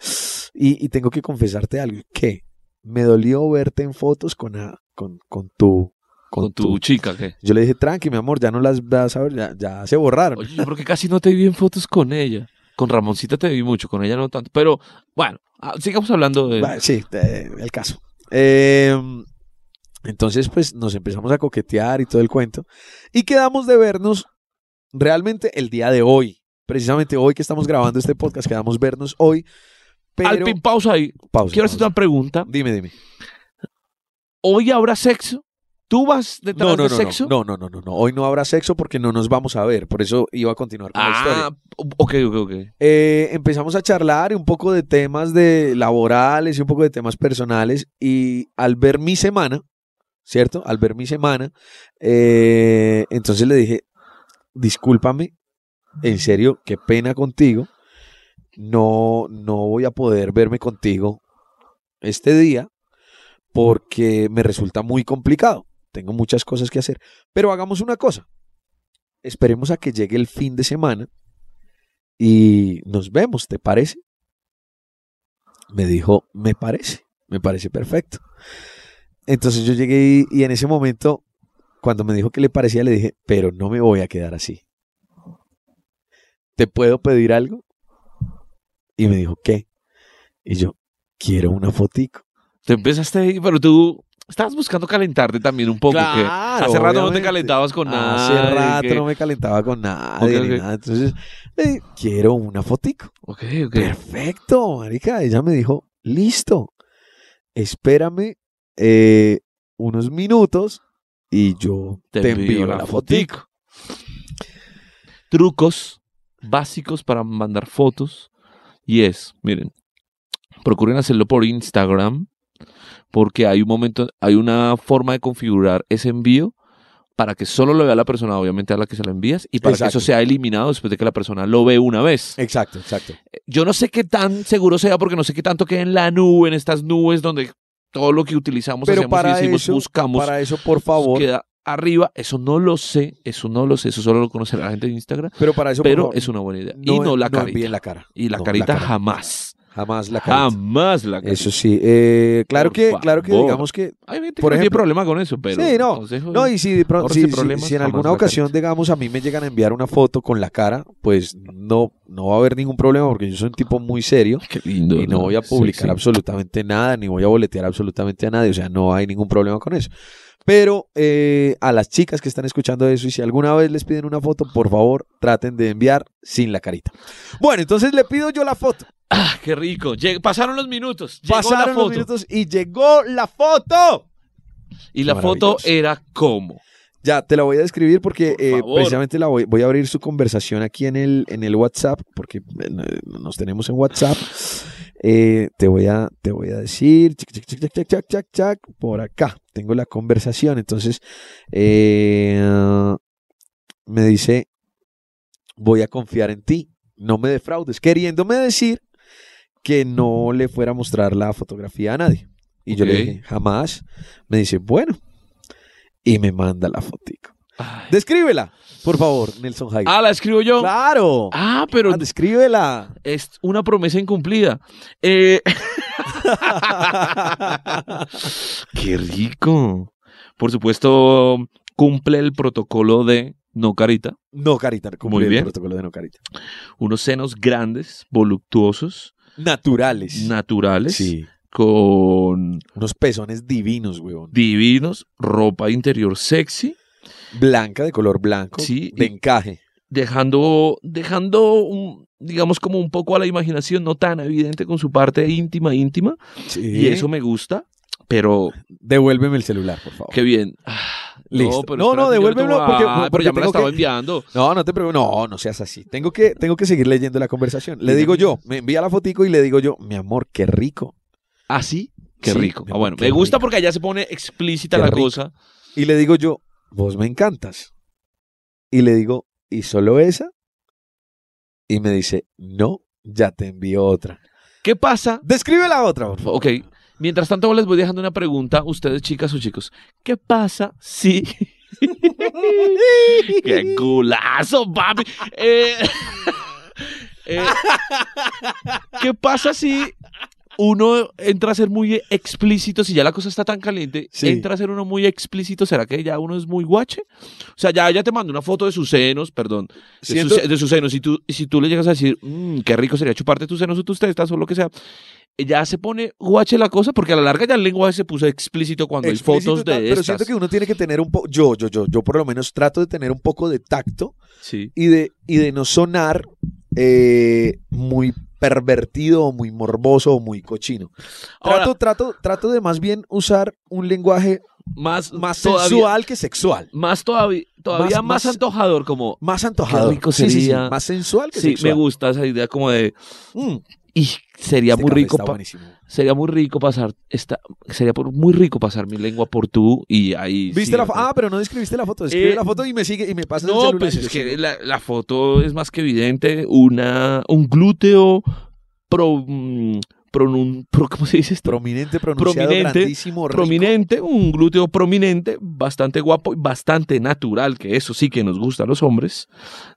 Speaker 3: Y, y tengo que confesarte algo. ¿Qué? Me dolió verte en fotos con, a- con, con tu...
Speaker 2: con, tu chica, ¿qué?
Speaker 3: Yo le dije, tranqui, mi amor, ya no las vas a ver, ya, ya se borraron.
Speaker 2: Oye, yo creo que casi no te vi en fotos con ella. Con Ramoncita te vi mucho, con ella no tanto. Pero bueno, ah, sigamos hablando de.
Speaker 3: Va, sí, eh, el caso. Eh, entonces, pues nos empezamos a coquetear y todo el cuento. Y quedamos de vernos realmente el día de hoy. Precisamente hoy que estamos grabando este podcast, quedamos vernos hoy. Pero...
Speaker 2: Al pin pausa ahí.
Speaker 3: Pausa.
Speaker 2: Quiero hacerte
Speaker 3: pausa.
Speaker 2: una pregunta.
Speaker 3: Dime, dime.
Speaker 2: ¿Hoy habrá sexo? ¿Tú vas detrás
Speaker 3: No, no,
Speaker 2: de
Speaker 3: no, no,
Speaker 2: sexo?
Speaker 3: no, no, no, no, no. Hoy no habrá sexo porque no nos vamos a ver. Por eso iba a continuar con la
Speaker 2: Ah,
Speaker 3: historia.
Speaker 2: ok, ok, ok.
Speaker 3: Eh, empezamos a charlar un poco de temas de laborales y un poco de temas personales. Y al ver mi semana, ¿cierto? Al ver mi semana, eh, entonces le dije, discúlpame, en serio, qué pena contigo. No, no voy a poder verme contigo este día porque me resulta muy complicado. Tengo muchas cosas que hacer. Pero hagamos una cosa. Esperemos a que llegue el fin de semana y nos vemos, ¿te parece? Me dijo, me parece, me parece perfecto. Entonces yo llegué y, y en ese momento, cuando me dijo que le parecía, le dije, pero no me voy a quedar así. ¿Te puedo pedir algo? Y me dijo, ¿qué? Y yo, quiero una fotico.
Speaker 2: Te empezaste ahí, pero tú Estabas buscando calentarte también un poco. que
Speaker 3: Claro,
Speaker 2: hace rato no te
Speaker 3: obviamente.
Speaker 2: calentabas con nada.
Speaker 3: Hace rato no me calentaba con nadie
Speaker 2: Ok,
Speaker 3: ni
Speaker 2: ok.
Speaker 3: nada. Entonces, eh, quiero una fotico.
Speaker 2: Ok, ok.
Speaker 3: Perfecto, marica. Ella me dijo, listo, espérame eh, unos minutos y yo te, envío, la fotico.
Speaker 2: Trucos básicos para mandar fotos. Y es, miren, procuren hacerlo por Instagram porque hay un momento, hay una forma de configurar ese envío para que solo lo vea la persona, obviamente, a la que se lo envías y para que
Speaker 3: Exacto.
Speaker 2: eso sea eliminado después de que la persona lo ve una vez.
Speaker 3: Exacto, exacto.
Speaker 2: Yo no sé qué tan seguro sea porque no sé qué tanto queda en la nube, en estas nubes donde todo lo que utilizamos,
Speaker 3: Pero
Speaker 2: hacemos y
Speaker 3: para
Speaker 2: decimos,
Speaker 3: eso-
Speaker 2: buscamos,
Speaker 3: Para eso, por favor.
Speaker 2: queda arriba. Eso no lo sé, eso no lo sé, eso solo lo conocerá la gente de Instagram,
Speaker 3: Pero para eso, por
Speaker 2: pero
Speaker 3: favor,
Speaker 2: es una buena idea. y no la carita.
Speaker 3: envíen la cara.
Speaker 2: Y la
Speaker 3: No,
Speaker 2: carita
Speaker 3: cara.
Speaker 2: jamás.
Speaker 3: Jamás la carita.
Speaker 2: Jamás la carita.
Speaker 3: Eso sí. eh, claro
Speaker 2: Por
Speaker 3: que, claro que
Speaker 2: favor.
Speaker 3: digamos que
Speaker 2: Hay gente
Speaker 3: Por
Speaker 2: que no tiene
Speaker 3: ejemplo-
Speaker 2: problema con eso, pero.
Speaker 3: Sí, no,
Speaker 2: consejo
Speaker 3: No,
Speaker 2: es-
Speaker 3: y si, de pronto-
Speaker 2: Ahorse
Speaker 3: si, si-
Speaker 2: problemas,
Speaker 3: si en
Speaker 2: jamás
Speaker 3: alguna
Speaker 2: la
Speaker 3: ocasión, digamos, a mí me llegan a enviar una foto con la cara, pues no, no va a haber ningún problema porque yo soy un tipo muy serio
Speaker 2: Qué lindo.
Speaker 3: y no voy a
Speaker 2: Sí,
Speaker 3: publicar
Speaker 2: sí.
Speaker 3: absolutamente nada, ni voy a boletear absolutamente a nadie, o sea, no hay ningún problema con eso. Pero eh, a las chicas que están escuchando eso y si alguna vez les piden una foto, por favor, traten de enviar sin la carita. Bueno, entonces le pido yo la foto.
Speaker 2: Ah, qué rico. Lleg- pasaron los minutos. Llegó la
Speaker 3: Pasaron
Speaker 2: foto.
Speaker 3: los minutos y llegó la foto.
Speaker 2: Y la foto
Speaker 3: Maravilloso.
Speaker 2: era como.
Speaker 3: Ya, te la voy a describir porque
Speaker 2: Por
Speaker 3: eh,
Speaker 2: favor.
Speaker 3: precisamente la voy, voy a abrir su conversación aquí en el, en el WhatsApp, porque eh, nos tenemos en WhatsApp. Eh, te, voy a, te voy a decir, chac, chac, chac, chac, chac, chac, chac, chac, por acá tengo la conversación. Entonces, eh, me dice, voy a confiar en ti, no me defraudes, queriéndome decir que no le fuera a mostrar la fotografía a nadie. Y yo le
Speaker 2: Ok.
Speaker 3: dije, jamás. Me dice, bueno. Y me manda la fotico.
Speaker 2: Ay.
Speaker 3: Descríbela, por favor, Nelson Jaime.
Speaker 2: Ah, la escribo yo.
Speaker 3: Ah, ¡Claro!
Speaker 2: Ah, pero
Speaker 3: Ah, descríbela.
Speaker 2: es una promesa incumplida. Eh, Qué rico. Por supuesto, cumple el protocolo de no carita,
Speaker 3: no carita, como
Speaker 2: Muy bien.
Speaker 3: el protocolo de no carita.
Speaker 2: unos senos grandes, voluptuosos,
Speaker 3: Naturales.
Speaker 2: naturales,
Speaker 3: Sí.
Speaker 2: con
Speaker 3: Unos pezones divinos, huevón.
Speaker 2: divinos, ropa interior sexy,
Speaker 3: Blanca, de color blanco.
Speaker 2: Sí,
Speaker 3: De
Speaker 2: y-
Speaker 3: encaje.
Speaker 2: dejando dejando un- digamos como un poco a la imaginación, no tan evidente con su parte íntima íntima, y eso me gusta, pero
Speaker 3: Devuélveme el celular, por favor.
Speaker 2: qué bien. Ah,
Speaker 3: Listo.
Speaker 2: pero
Speaker 3: No, no,
Speaker 2: espérate, yo
Speaker 3: devuélvemelo
Speaker 2: tengo-
Speaker 3: porque-
Speaker 2: Ah,
Speaker 3: porque
Speaker 2: pero ya me lo
Speaker 3: tengo
Speaker 2: estaba
Speaker 3: que-
Speaker 2: enviando.
Speaker 3: No, no te pregunto. No, no seas así. Tengo que, tengo que seguir leyendo la conversación. Le digo yo, me envía la fotico y le digo yo, mi amor, qué rico.
Speaker 2: ¿Ah, sí? Qué
Speaker 3: Sí,
Speaker 2: rico.
Speaker 3: mi
Speaker 2: Ah, bueno,
Speaker 3: amor, qué
Speaker 2: me gusta
Speaker 3: rico.
Speaker 2: porque allá se pone explícita
Speaker 3: Qué
Speaker 2: la
Speaker 3: rico.
Speaker 2: cosa.
Speaker 3: Y le digo yo, vos me encantas. Y le digo, ¿y solo esa? Y me dice, no, ya te envío otra.
Speaker 2: ¿Qué pasa?
Speaker 3: Describe la otra, por favor.
Speaker 2: Ok. Mientras tanto, les voy dejando una pregunta, ustedes chicas o chicos. ¿Qué pasa si... ¡Qué gulazo, papi! Eh, eh, ¿Qué pasa si uno entra a ser muy explícito, si ya la cosa está tan caliente,
Speaker 3: Sí.
Speaker 2: entra a ser uno muy explícito, ¿será que ya uno es muy guache? O sea, ya ella te manda una foto de sus senos, perdón, de,
Speaker 3: Siento-
Speaker 2: sus, de sus senos, y tú, si tú le llegas a decir, "Mm, qué rico sería chuparte tus senos o tus testas o lo que sea, ya se pone guache la cosa, porque a la larga ya el lenguaje se puso explícito cuando hay
Speaker 3: explícito
Speaker 2: fotos de
Speaker 3: tal, Pero siento
Speaker 2: estas.
Speaker 3: que uno tiene que tener un poco, yo, yo, yo, yo por lo menos trato de tener un poco de tacto
Speaker 2: Sí.
Speaker 3: y de, y de no sonar eh, muy pervertido o muy morboso o muy cochino.
Speaker 2: Ahora,
Speaker 3: Trato, trato, trato de más bien usar un lenguaje
Speaker 2: más,
Speaker 3: más
Speaker 2: todavía-
Speaker 3: sensual que sexual.
Speaker 2: Más todavía, todavía más,
Speaker 3: Más- más-
Speaker 2: antojador, como...
Speaker 3: Más antojado.
Speaker 2: rico sería.
Speaker 3: Más sensual que
Speaker 2: Sí, me
Speaker 3: sexual.
Speaker 2: gusta esa idea como de...
Speaker 3: Mm,
Speaker 2: Y sería
Speaker 3: este
Speaker 2: muy
Speaker 3: café
Speaker 2: rico...
Speaker 3: está
Speaker 2: pa-
Speaker 3: buenísimo.
Speaker 2: Sería muy rico pasar esta, sería por- muy rico pasar mi lengua por tú y ahí.
Speaker 3: ¿Viste
Speaker 2: sí,
Speaker 3: la
Speaker 2: o
Speaker 3: foto?
Speaker 2: sea.
Speaker 3: Ah, pero no describiste la foto. Describe
Speaker 2: Eh,
Speaker 3: la foto y me sigue y me pasa
Speaker 2: No, pues es que la, la foto es más que evidente. Una, un glúteo pro, mm, pronun- pro- ¿cómo se dice esto?
Speaker 3: Prominente, pronunciado,
Speaker 2: Prominente,
Speaker 3: grandísimo, rico.
Speaker 2: prominente, un glúteo prominente, bastante guapo y bastante natural, que eso sí que nos gusta a los hombres.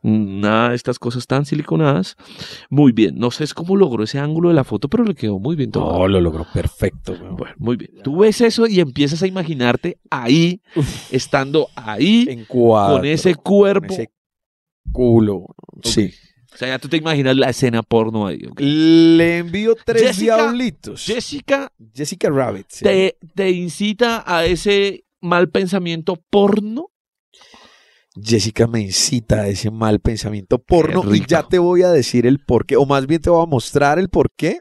Speaker 2: Nada de estas cosas tan siliconadas. Muy bien, no sé cómo logró ese ángulo de la foto, pero le quedó muy bien todo.
Speaker 3: No, lo logró perfecto. weón.
Speaker 2: Bueno, muy bien. Tú ves eso y empiezas a imaginarte ahí, estando ahí,
Speaker 3: en cuatro.
Speaker 2: con ese cuerpo.
Speaker 3: con ese culo. Sí.
Speaker 2: O sea, ya tú te imaginas la escena porno ahí. ok.
Speaker 3: Le envío tres
Speaker 2: Jessica-
Speaker 3: diablitos.
Speaker 2: Jessica
Speaker 3: Jessica Rabbit. sí.
Speaker 2: te, te incita a ese mal pensamiento porno.
Speaker 3: Jessica me incita a ese mal pensamiento porno
Speaker 2: Qué
Speaker 3: y
Speaker 2: rico.
Speaker 3: ya te voy a decir el por qué, o más bien te voy a mostrar el por qué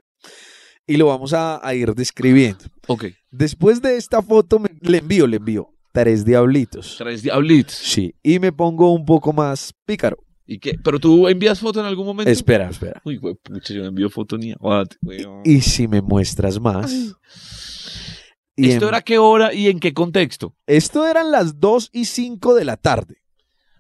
Speaker 3: y lo vamos a, a ir describiendo.
Speaker 2: Ok.
Speaker 3: Después de esta foto me- le envío, le envío tres diablitos.
Speaker 2: Tres diablitos.
Speaker 3: Sí, y me pongo un poco más pícaro.
Speaker 2: ¿Y qué? ¿Pero tú envías foto en algún momento?
Speaker 3: Espera, espera.
Speaker 2: Uy, güey, pucha, yo no envío foto ni a Guate, weón.
Speaker 3: Y si me muestras más. Y
Speaker 2: ¿Esto
Speaker 3: en-
Speaker 2: era qué hora y en qué contexto?
Speaker 3: esto eran las 2 y 5 de la tarde.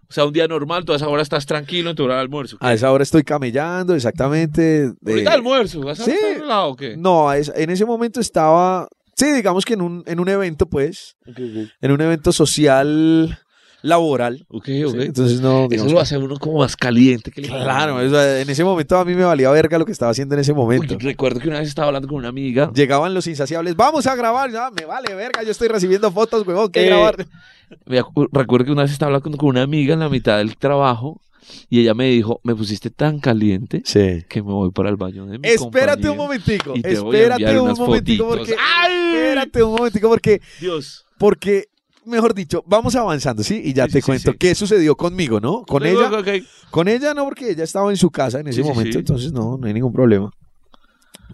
Speaker 2: O sea, un día normal, toda esa hora estás tranquilo en tu hora de almuerzo.
Speaker 3: A esa hora estoy camellando, exactamente. de-
Speaker 2: Ahorita almuerzo, ¿vas a
Speaker 3: sí.
Speaker 2: estar relajado o qué?
Speaker 3: No, a esa- en ese momento estaba, sí, digamos que en un, en un evento, pues, en un evento social, laboral.
Speaker 2: Ok,
Speaker 3: ¿sí?
Speaker 2: ok.
Speaker 3: Entonces no,
Speaker 2: Eso
Speaker 3: digamos
Speaker 2: lo
Speaker 3: que-
Speaker 2: hace a uno como más caliente. Que el-
Speaker 3: claro, o sea, en ese momento a mí me valía verga lo que estaba haciendo en ese
Speaker 2: Uy,
Speaker 3: momento.
Speaker 2: recuerdo que una vez estaba hablando con una amiga.
Speaker 3: Llegaban los insaciables, vamos a grabar, ya, me vale verga, yo estoy recibiendo fotos, huevón, que
Speaker 2: Eh,
Speaker 3: grabar.
Speaker 2: Me acu- recuerdo que una vez estaba hablando con una amiga en la mitad del trabajo y ella me dijo, me pusiste tan caliente
Speaker 3: Sí.
Speaker 2: que me voy para el baño de mi
Speaker 3: Espérate un
Speaker 2: compañía
Speaker 3: momentico,
Speaker 2: y te voy a
Speaker 3: espérate
Speaker 2: enviar
Speaker 3: un
Speaker 2: unas
Speaker 3: momentico
Speaker 2: fotitos".
Speaker 3: porque
Speaker 2: ¡Ay!
Speaker 3: espérate un momentico porque
Speaker 2: Dios.
Speaker 3: porque mejor dicho, vamos avanzando, ¿sí? Y ya
Speaker 2: Sí,
Speaker 3: te
Speaker 2: sí, sí,
Speaker 3: cuento
Speaker 2: sí.
Speaker 3: qué sucedió conmigo, ¿no? Con
Speaker 2: Ok,
Speaker 3: ella
Speaker 2: ok, ok.
Speaker 3: Con ella no, porque ella estaba en su casa en
Speaker 2: Sí,
Speaker 3: ese
Speaker 2: sí,
Speaker 3: momento,
Speaker 2: sí.
Speaker 3: entonces no, no hay ningún problema.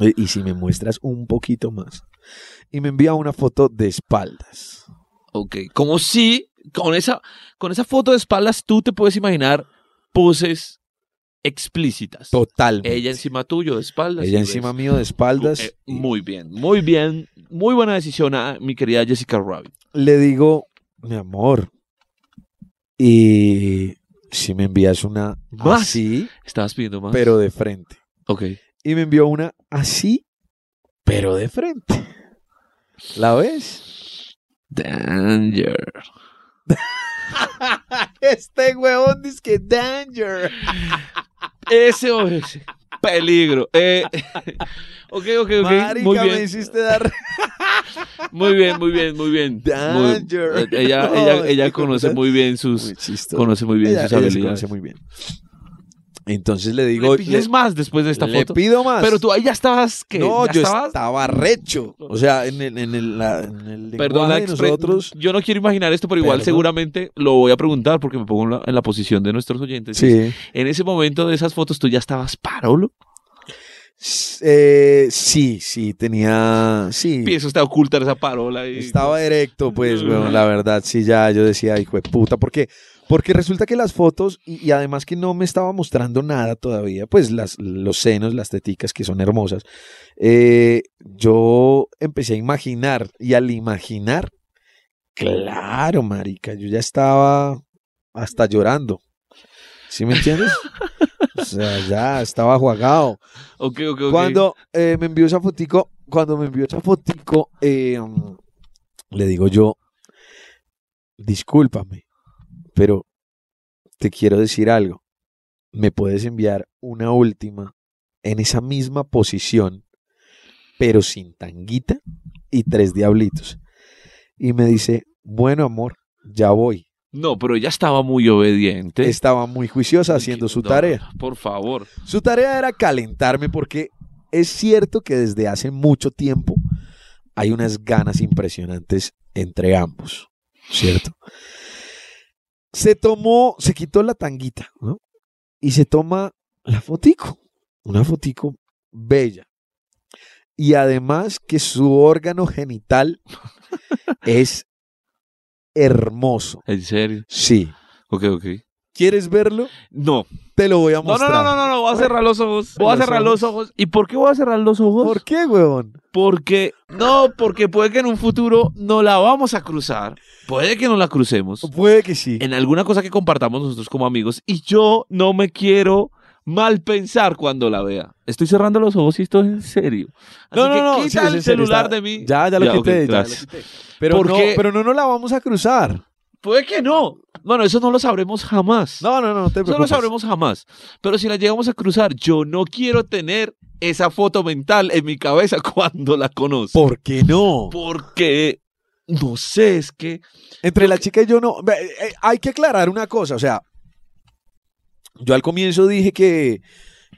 Speaker 3: Eh, Y si me muestras un poquito más. Y me envía una foto de espaldas.
Speaker 2: Ok, como si con esa, con esa foto de espaldas tú te puedes imaginar poses explícitas.
Speaker 3: Totalmente.
Speaker 2: Ella encima tuyo de espaldas.
Speaker 3: Ella
Speaker 2: y ves-
Speaker 3: encima mío de espaldas.
Speaker 2: Eh, muy bien, muy bien, muy buena decisión a mi querida Jessica Rabbit.
Speaker 3: Le digo, mi amor, y si me envías una
Speaker 2: Más.
Speaker 3: así,
Speaker 2: Estabas pidiendo más.
Speaker 3: pero de frente.
Speaker 2: Ok.
Speaker 3: Y me envió una así, pero de frente. ¿La ves?
Speaker 2: Danger.
Speaker 3: Este huevón dice que danger.
Speaker 2: Ese o ese. Peligro. Eh, ok, ok, ok.
Speaker 3: Marica,
Speaker 2: muy
Speaker 3: me
Speaker 2: bien.
Speaker 3: hiciste dar
Speaker 2: Muy bien, muy bien, muy bien. Muy-
Speaker 3: Danger.
Speaker 2: eh, ella, ella,
Speaker 3: Ay, qué
Speaker 2: ella conoce
Speaker 3: cosa.
Speaker 2: muy bien sus.
Speaker 3: chistoso.
Speaker 2: Conoce muy bien
Speaker 3: Ella-
Speaker 2: sus
Speaker 3: ella se
Speaker 2: habilidades.
Speaker 3: conoce muy bien. Entonces le digo,
Speaker 2: Le pides
Speaker 3: le-
Speaker 2: más después de esta
Speaker 3: le
Speaker 2: foto.
Speaker 3: pido más.
Speaker 2: Pero tú ahí ya estabas que
Speaker 3: no,
Speaker 2: ya
Speaker 3: yo
Speaker 2: estabas.
Speaker 3: estaba recho. O sea, en el, en el, la- en el
Speaker 2: Perdón, la
Speaker 3: lenguaje de
Speaker 2: expre-
Speaker 3: nosotros.
Speaker 2: Yo no quiero imaginar esto, pero igual
Speaker 3: Perdón.
Speaker 2: seguramente lo voy a preguntar porque me pongo en la, en la posición de nuestros oyentes.
Speaker 3: Sí.
Speaker 2: En ese momento de esas fotos, tú ya estabas parolo.
Speaker 3: S- eh, sí, sí, tenía. Sí.
Speaker 2: Empiezo a ocultar esa parola. Y...
Speaker 3: Estaba erecto, pues,
Speaker 2: Ujú.
Speaker 3: weón, la verdad, sí, ya yo decía, hijo de puta, porque, porque resulta que las fotos, y, y además que no me estaba mostrando nada todavía, pues las, los senos, las teticas que son hermosas, eh, yo empecé a imaginar, y al imaginar, claro, marica, yo ya estaba hasta llorando, ¿sí me entiendes? O sea, ya estaba jugado.
Speaker 2: Ok, ok, ok.
Speaker 3: Cuando eh, me envió esa fotico, cuando me envió esa fotico, eh, mm, le digo yo, discúlpame, pero te quiero decir algo. Me puedes enviar una última en esa misma posición, pero sin tanguita y tres diablitos. Y me dice, bueno amor, ya voy.
Speaker 2: No, pero ella estaba muy obediente.
Speaker 3: Estaba muy juiciosa haciendo su
Speaker 2: No,
Speaker 3: tarea.
Speaker 2: Por favor.
Speaker 3: Su tarea era calentarme porque es cierto que desde hace mucho tiempo hay unas ganas impresionantes entre ambos, ¿cierto? Se tomó, se quitó la tanguita, ¿no? Y se toma la fotico, una fotico bella. Y además que su órgano genital es hermoso.
Speaker 2: En serio.
Speaker 3: Sí.
Speaker 2: Ok, ok.
Speaker 3: ¿Quieres verlo?
Speaker 2: No.
Speaker 3: Te lo voy a
Speaker 2: No, no,
Speaker 3: mostrar.
Speaker 2: no, no, no, no, Voy a cerrar los ojos. Voy a
Speaker 3: Los
Speaker 2: cerrar
Speaker 3: ojos.
Speaker 2: los ojos. ¿Y por qué voy a cerrar los ojos?
Speaker 3: ¿Por qué, huevón?
Speaker 2: Porque, no, porque puede que en un futuro no la vamos a cruzar. Puede que no la crucemos.
Speaker 3: Puede que sí.
Speaker 2: En alguna cosa que compartamos nosotros como amigos. Y yo no me quiero mal pensar cuando la vea. Estoy cerrando los ojos y esto es en serio. Así
Speaker 3: No, no,
Speaker 2: que
Speaker 3: no.
Speaker 2: Quita
Speaker 3: sí, sí,
Speaker 2: el
Speaker 3: en serio,
Speaker 2: celular
Speaker 3: está-
Speaker 2: de mí.
Speaker 3: Ya, ya lo
Speaker 2: Ya, ok,
Speaker 3: quité. ya lo
Speaker 2: gracias.
Speaker 3: quité. Pero,
Speaker 2: ¿Por
Speaker 3: no,
Speaker 2: qué?
Speaker 3: pero no nos la vamos a cruzar.
Speaker 2: Puede que no. Bueno, eso no lo sabremos jamás.
Speaker 3: No, no, no, no
Speaker 2: Eso
Speaker 3: te
Speaker 2: no lo
Speaker 3: preocupes.
Speaker 2: sabremos jamás. Pero si la llegamos a cruzar, yo no quiero tener esa foto mental en mi cabeza cuando la conozco.
Speaker 3: ¿Por qué no?
Speaker 2: Porque, no sé, es que...
Speaker 3: eh, Entre la chica y yo no. Ve, eh, Hay que aclarar una cosa. O sea, Yo al comienzo dije que,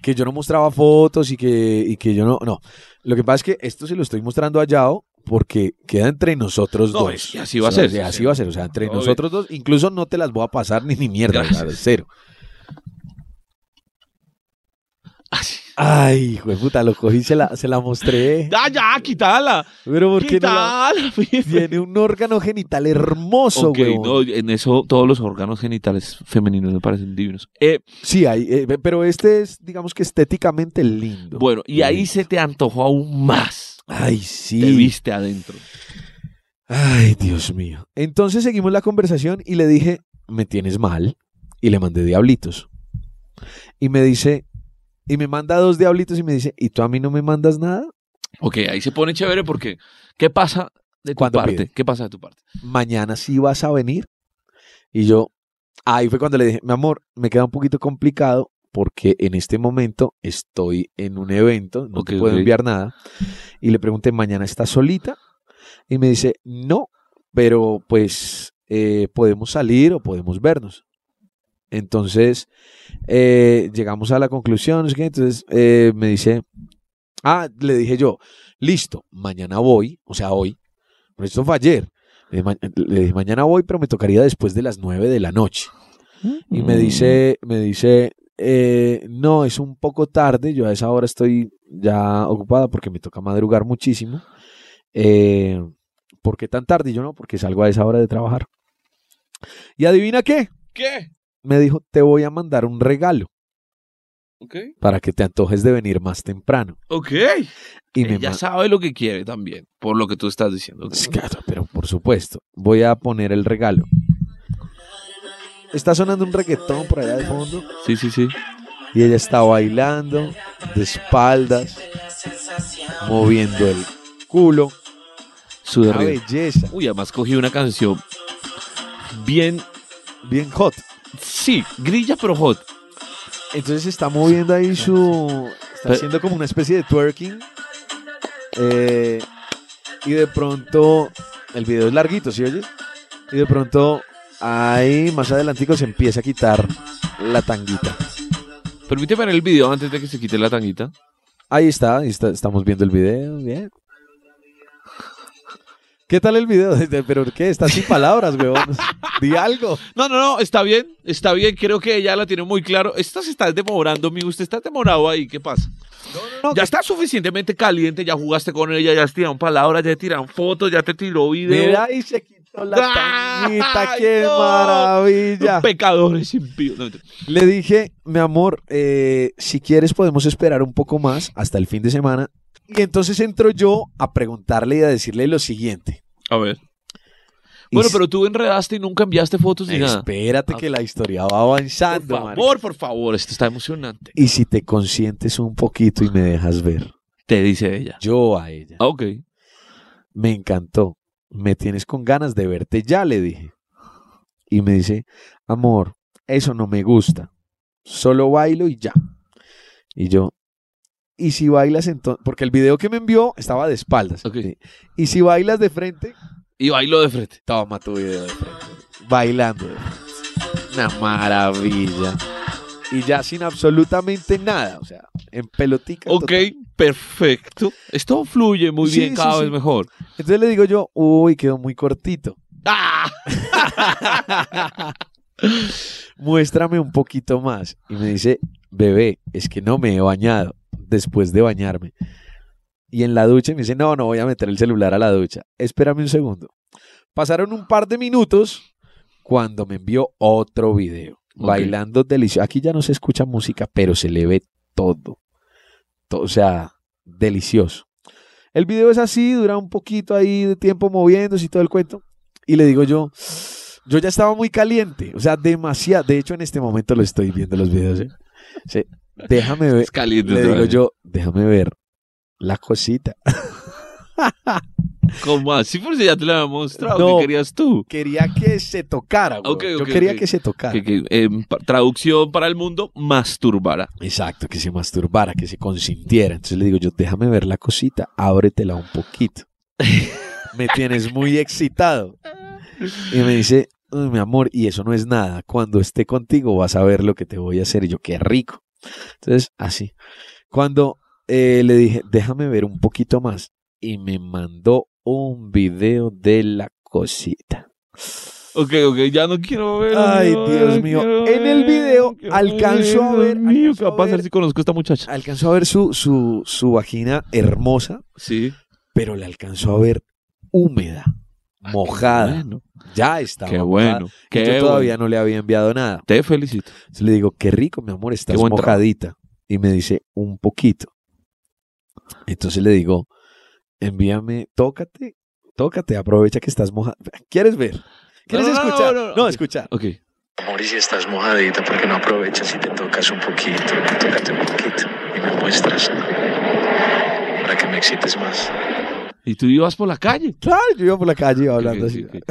Speaker 3: que yo no mostraba fotos y que, y que yo no. No. Lo que pasa es que esto se lo estoy mostrando a Yao porque queda entre nosotros
Speaker 2: No,
Speaker 3: dos.
Speaker 2: y así va a
Speaker 3: O sea,
Speaker 2: ser.
Speaker 3: Así va a ser. O sea, entre
Speaker 2: Obvio.
Speaker 3: nosotros dos, incluso no te las voy a pasar ni ni mierda.
Speaker 2: Gracias.
Speaker 3: o sea, Cero.
Speaker 2: Así.
Speaker 3: Ay, hijo de puta, lo cogí y se la, se la mostré.
Speaker 2: ¡Ah, ya! ¡Quítala!
Speaker 3: Pero ¿por qué no la-
Speaker 2: ¡Quítala!
Speaker 3: Tiene un órgano genital hermoso,
Speaker 2: Ok,
Speaker 3: huevón.
Speaker 2: no, en eso todos los órganos genitales femeninos me parecen divinos. Eh,
Speaker 3: Sí, hay, eh, pero este es, digamos que estéticamente lindo.
Speaker 2: bueno, y ahí se te antojó aún más.
Speaker 3: Ay,
Speaker 2: Te
Speaker 3: sí.
Speaker 2: viste adentro.
Speaker 3: Ay, Dios mío. Entonces seguimos la conversación y le dije, me tienes mal. Y le mandé diablitos. Y me dice, y me manda dos diablitos y me dice, ¿y tú a mí no me mandas nada?
Speaker 2: Ok, ahí se pone chévere porque ¿qué pasa de tu
Speaker 3: Cuando
Speaker 2: parte?
Speaker 3: pide.
Speaker 2: ¿Qué pasa de tu parte?
Speaker 3: Mañana sí vas a venir. Y yo, ahí fue cuando le dije, mi amor, me queda un poquito complicado porque en este momento estoy en un evento, no
Speaker 2: Ok,
Speaker 3: te puedo
Speaker 2: ok.
Speaker 3: enviar nada. Y le pregunté, ¿mañana estás solita? Y me dice, no, pero pues eh, podemos salir o podemos vernos. Entonces, eh, llegamos a la conclusión, no sé qué, entonces eh, me dice, ah, le dije yo, listo, mañana voy, o sea, hoy, pero esto fue ayer, le dije, "Ma- le dije, mañana voy, pero me tocaría después de las 9 de la noche. Y
Speaker 2: Mm.
Speaker 3: me dice, me dice, eh, no, es un poco tarde, yo a esa hora estoy ya ocupada porque me toca madrugar muchísimo. Eh, ¿Por qué tan tarde? Y yo no, porque salgo a esa hora de trabajar. Y adivina qué,
Speaker 2: ¿Qué?
Speaker 3: me dijo, te voy a mandar un regalo
Speaker 2: Ok.
Speaker 3: para que te antojes de venir más temprano.
Speaker 2: Ok.
Speaker 3: Y me
Speaker 2: Ella
Speaker 3: ma-
Speaker 2: sabe lo que quiere también, por lo que tú estás diciendo.
Speaker 3: Sí, Claro, pero por supuesto, voy a poner el regalo. Está sonando un reggaetón por allá de fondo
Speaker 2: Sí, sí, sí.
Speaker 3: y ella está bailando de espaldas, moviendo el culo.
Speaker 2: Su
Speaker 3: Una
Speaker 2: derribo.
Speaker 3: belleza,
Speaker 2: Uy, además cogí una canción bien,
Speaker 3: bien hot.
Speaker 2: sí, grilla pero hot.
Speaker 3: Entonces está moviendo ahí su... Está
Speaker 2: Pero-
Speaker 3: haciendo como una especie de twerking. Eh, y de pronto... El video es larguito, ¿sí oyes? Y de pronto ahí más adelantico se empieza a quitar la tanguita.
Speaker 2: Permíteme ver el video antes de que se quite la tanguita.
Speaker 3: Ahí está, ahí está- estamos viendo el video, bien. ¿Qué tal el video? ¿Pero qué? Está sin palabras, huevón. Di algo.
Speaker 2: No, no, no, está bien, está bien, creo que ella la tiene muy claro. Esta se está demorando, mi usted está demorado ahí, ¿qué pasa? ya está suficientemente caliente, ya jugaste con ella, ya te tiraron palabras, ya te tiraron fotos, ya te tiró video.
Speaker 3: Mira, y se quitó la
Speaker 2: ¡Ah!
Speaker 3: tanguita. ¡Qué
Speaker 2: ¡No!
Speaker 3: maravilla!
Speaker 2: Pecadores impíos. No, mentira.
Speaker 3: Le dije, mi amor, eh, si quieres podemos esperar un poco más hasta el fin de semana. Y entonces entro yo a preguntarle y a decirle lo siguiente.
Speaker 2: a ver. Bueno,
Speaker 3: Y-
Speaker 2: pero tú enredaste y nunca enviaste fotos ni nada.
Speaker 3: Espérate
Speaker 2: Ah.
Speaker 3: que la historia va
Speaker 2: Por
Speaker 3: avanzando, marica.
Speaker 2: favor, por favor, esto está emocionante.
Speaker 3: Y si te consientes un poquito y me dejas ver,
Speaker 2: Te dice ella.
Speaker 3: yo a ella.
Speaker 2: Ah, ok.
Speaker 3: Me encantó. Me tienes con ganas de verte ya, le dije. Y me dice, amor, eso no me gusta. Solo bailo y ya. Y yo, ¿y si bailas entonces? Porque el video que me envió estaba de espaldas.
Speaker 2: Ok.
Speaker 3: ¿Y si bailas de frente?
Speaker 2: Y bailó de frente.
Speaker 3: Toma tu video de frente. Bailando. de frente. Una maravilla. Y ya sin absolutamente nada. O sea, en pelotica.
Speaker 2: Ok,
Speaker 3: total.
Speaker 2: perfecto. Esto fluye muy
Speaker 3: Sí,
Speaker 2: bien
Speaker 3: sí,
Speaker 2: cada
Speaker 3: sí.
Speaker 2: vez mejor.
Speaker 3: Entonces le digo yo, uy, quedó muy cortito.
Speaker 2: ¡Ah!
Speaker 3: muéstrame un poquito más. Y me dice, bebé, es que no me he bañado después de bañarme. Y en la ducha y me dice, no, no voy a meter el celular a la ducha. Espérame un segundo. Pasaron un par de minutos cuando me envió otro video.
Speaker 2: Ok.
Speaker 3: Bailando delicioso. Aquí ya no se escucha música, pero se le ve todo. To- o sea, delicioso. El video es así, dura un poquito ahí de tiempo moviéndose y todo el cuento. Y le digo yo, yo ya estaba muy caliente, o sea, demasiado. De hecho, en este momento lo estoy viendo los videos. ¿eh? Sí, Déjame ver,
Speaker 2: Es caliente.
Speaker 3: le
Speaker 2: otra
Speaker 3: digo
Speaker 2: vez.
Speaker 3: yo, déjame ver la cosita.
Speaker 2: ¿Cómo así? Por si ya te lo había mostrado.
Speaker 3: No.
Speaker 2: ¿Qué querías tú?
Speaker 3: Quería que se tocara, güey.
Speaker 2: Ok,
Speaker 3: yo
Speaker 2: ok,
Speaker 3: quería
Speaker 2: ok.
Speaker 3: que se tocara.
Speaker 2: Que- que, em, pa- traducción para el mundo, masturbara.
Speaker 3: Exacto, que se masturbara, que se consintiera. Entonces le digo yo, déjame ver la cosita, ábretela un poquito. me tienes muy excitado. Y me dice, "Ay, mi amor, y eso no es nada. Cuando esté contigo vas a ver lo que te voy a hacer. Y yo, qué rico. Entonces, así. Cuando eh, le dije, déjame ver un poquito más, y me mandó un video de la cosita.
Speaker 2: Ok, ok, ya no quiero ver.
Speaker 3: Ay,
Speaker 2: no
Speaker 3: Dios
Speaker 2: quiero
Speaker 3: mío.
Speaker 2: ver,
Speaker 3: En el video
Speaker 2: quiero
Speaker 3: alcanzo a ver,
Speaker 2: Dios mío, ¿qué
Speaker 3: alcanzo
Speaker 2: va a
Speaker 3: a
Speaker 2: pasar
Speaker 3: ver.
Speaker 2: si conozco a esta muchacha?
Speaker 3: Alcanzó a ver su, su, su vagina hermosa,
Speaker 2: Sí.
Speaker 3: pero la alcanzó a ver húmeda, mojada.
Speaker 2: Bueno,
Speaker 3: Ya estaba.
Speaker 2: qué
Speaker 3: mojada.
Speaker 2: bueno.
Speaker 3: Y
Speaker 2: Qué
Speaker 3: yo todavía
Speaker 2: bueno.
Speaker 3: no le había enviado nada.
Speaker 2: Te felicito.
Speaker 3: Entonces le digo, qué rico, mi amor, estás
Speaker 2: buen trabajo.
Speaker 3: mojadita. Y me dice, un poquito. Entonces le digo, envíame, tócate, tócate, aprovecha que estás mojada. ¿Quieres ver? ¿Quieres
Speaker 2: No, no, no,
Speaker 3: escuchar?
Speaker 2: no,
Speaker 3: No,
Speaker 2: no, no.
Speaker 3: escuchar.
Speaker 2: Ok.
Speaker 4: Amor, y si estás mojadita, ¿por qué no aprovechas y te tocas un poquito? Tócate un poquito y me muestras para que me excites más.
Speaker 2: Y tú ibas por la calle.
Speaker 3: Claro, yo iba por la calle iba hablando
Speaker 2: Ok,
Speaker 3: así.
Speaker 2: ok, ok.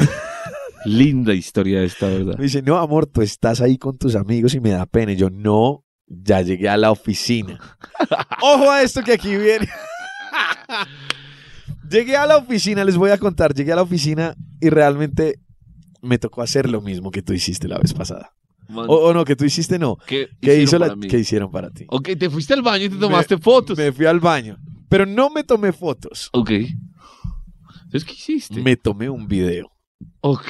Speaker 2: Linda historia esta, ¿verdad?
Speaker 3: Me dice, no, amor, tú estás ahí con tus amigos y me da pena. Y yo, no, ya llegué a la oficina. Ojo a esto que aquí viene. llegué a la oficina, les voy a contar, llegué a la oficina y realmente me tocó hacer lo mismo que tú hiciste la vez pasada.
Speaker 2: Man,
Speaker 3: O, o no, que tú hiciste no.
Speaker 2: ¿Qué,
Speaker 3: ¿Qué,
Speaker 2: hicieron
Speaker 3: hizo la,
Speaker 2: para mí?
Speaker 3: ¿qué hicieron para ti?
Speaker 2: Ok, te fuiste al baño y te
Speaker 3: Me-
Speaker 2: tomaste fotos.
Speaker 3: Me fui al baño, pero no me tomé fotos.
Speaker 2: Ok. Entonces, ¿qué hiciste?
Speaker 3: Me tomé un video.
Speaker 2: Ok.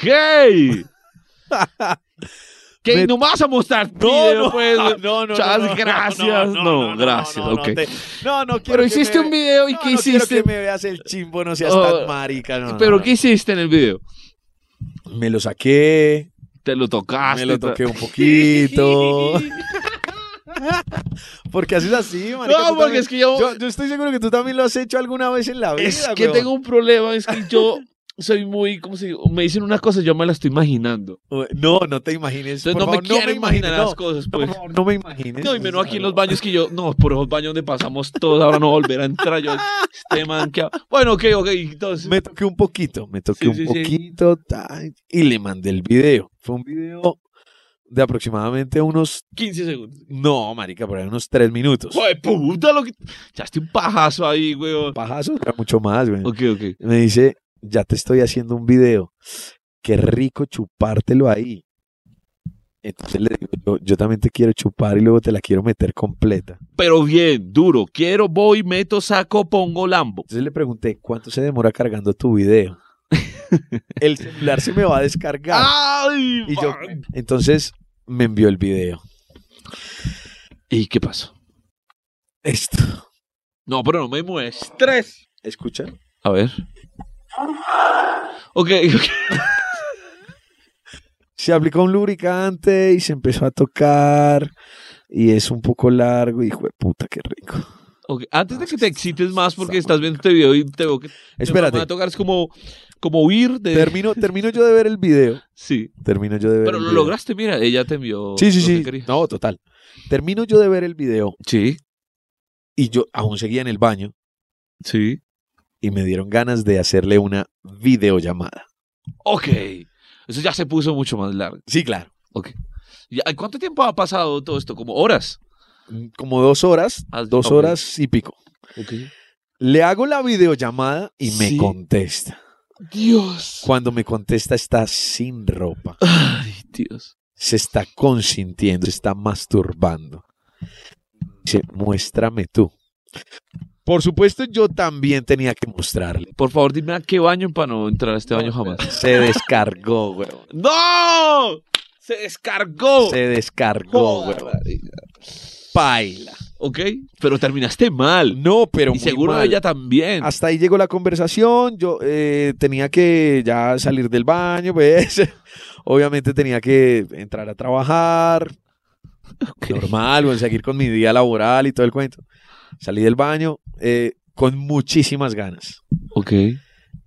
Speaker 2: que
Speaker 3: Me-
Speaker 2: no vas a mostrar video, pues.
Speaker 3: no, no,
Speaker 2: Muchas gracias. No, gracias,
Speaker 3: No, no,
Speaker 2: ok.
Speaker 3: te- no, no
Speaker 2: Pero
Speaker 3: quiero que
Speaker 2: hiciste
Speaker 3: me-
Speaker 2: un video y
Speaker 3: no,
Speaker 2: ¿qué
Speaker 3: no quiero
Speaker 2: hiciste?
Speaker 3: que me veas el chimbo, no seas
Speaker 2: Oh,
Speaker 3: tan marica. no, no,
Speaker 2: ¿Pero
Speaker 3: no.
Speaker 2: qué hiciste en el video?
Speaker 3: Me lo saqué,
Speaker 2: Te lo tocaste.
Speaker 3: me lo
Speaker 2: ta-
Speaker 3: toqué un poquito. porque haces así, marica.
Speaker 2: No,
Speaker 3: tú
Speaker 2: porque
Speaker 3: también-
Speaker 2: es que yo-
Speaker 3: yo... Yo estoy seguro que tú también lo has hecho alguna vez en la vida,
Speaker 2: Es que
Speaker 3: weón.
Speaker 2: tengo un problema, es que yo soy muy, ¿cómo se dice? Me dicen una cosa, yo me la estoy imaginando.
Speaker 3: No, no te imagines.
Speaker 2: Entonces
Speaker 3: por
Speaker 2: no me
Speaker 3: favor,
Speaker 2: quiero imaginar
Speaker 3: imagines,
Speaker 2: las
Speaker 3: no,
Speaker 2: cosas,
Speaker 3: por
Speaker 2: pues.
Speaker 3: favor, No, me imagines.
Speaker 2: No, y menos aquí en los baños que yo, no, por esos baños donde pasamos todos, ahora no volverá a entrar yo. Este man que. Bueno, ok, ok, entonces.
Speaker 3: Me toqué un poquito, me toqué
Speaker 2: Sí,
Speaker 3: un
Speaker 2: sí, sí.
Speaker 3: poquito tan, y le mandé el video. Fue un video de aproximadamente unos,
Speaker 2: 15 segundos.
Speaker 3: no, marica, por ahí unos tres minutos.
Speaker 2: Joder, puta, lo que. Echaste un pajazo ahí, weón.
Speaker 3: Pajazo, era mucho más, güey.
Speaker 2: Ok, ok.
Speaker 3: Me dice, ya te estoy haciendo un video. Qué rico chupártelo ahí. Entonces le digo, yo, yo también te quiero chupar y luego te la quiero meter completa.
Speaker 2: Pero bien, duro. Quiero, voy, meto, saco, pongo lambo.
Speaker 3: Entonces le pregunté, ¿cuánto se demora cargando tu video? el celular se me va a descargar.
Speaker 2: Ah. ¡Ay!
Speaker 3: Y yo,
Speaker 2: man.
Speaker 3: entonces me envió el video.
Speaker 2: ¿Y qué pasó?
Speaker 3: Esto.
Speaker 2: No, pero no me muestres.
Speaker 3: Escucha.
Speaker 2: A ver. Ok, ok.
Speaker 3: Se aplicó un lubricante y se empezó a tocar. Y es un poco largo. Y de puta, qué rico.
Speaker 2: ok. Antes de que te excites más porque estás viendo este video y te veo que. Me va a
Speaker 3: Espérate.
Speaker 2: tocar, es como, como huir de.
Speaker 3: Termino, termino yo de ver el video.
Speaker 2: sí.
Speaker 3: Termino yo de ver
Speaker 2: Pero
Speaker 3: el
Speaker 2: lo
Speaker 3: video.
Speaker 2: lograste, mira, ella te envió.
Speaker 3: Sí, sí,
Speaker 2: lo que
Speaker 3: sí.
Speaker 2: quería.
Speaker 3: No, total. Termino yo de ver el video.
Speaker 2: Sí,
Speaker 3: Y yo aún seguía en el baño.
Speaker 2: sí.
Speaker 3: Y me dieron ganas de hacerle una videollamada.
Speaker 2: Ok. Eso ya se puso mucho más largo.
Speaker 3: Sí, claro.
Speaker 2: Ya, ¿Cuánto tiempo ha pasado todo esto? ¿Como horas?
Speaker 3: Mm, Como dos horas.
Speaker 2: Haz-
Speaker 3: Dos
Speaker 2: ok.
Speaker 3: horas y pico. Le hago la videollamada y me
Speaker 2: Sí.
Speaker 3: contesta.
Speaker 2: Dios.
Speaker 3: Cuando me contesta está sin ropa.
Speaker 2: Ay, Dios.
Speaker 3: se está consintiendo, se está masturbando. Dice, muéstrame tú. Por supuesto, yo también tenía que mostrarle.
Speaker 2: Por favor, dime a qué baño para no entrar a este baño jamás.
Speaker 3: Se descargó, weón.
Speaker 2: ¡No! ¡Se descargó!
Speaker 3: Se descargó,
Speaker 2: Joder,
Speaker 3: weón. Paila.
Speaker 2: Ok, pero terminaste mal.
Speaker 3: No, pero
Speaker 2: y
Speaker 3: muy
Speaker 2: seguro
Speaker 3: mal.
Speaker 2: ella también.
Speaker 3: Hasta ahí llegó la conversación. Yo eh, tenía que ya salir del baño, pues. Obviamente tenía que entrar a trabajar.
Speaker 2: Ok.
Speaker 3: normal, bueno, seguir con mi día laboral y todo el cuento. Salí del baño eh, con muchísimas ganas.
Speaker 2: Ok.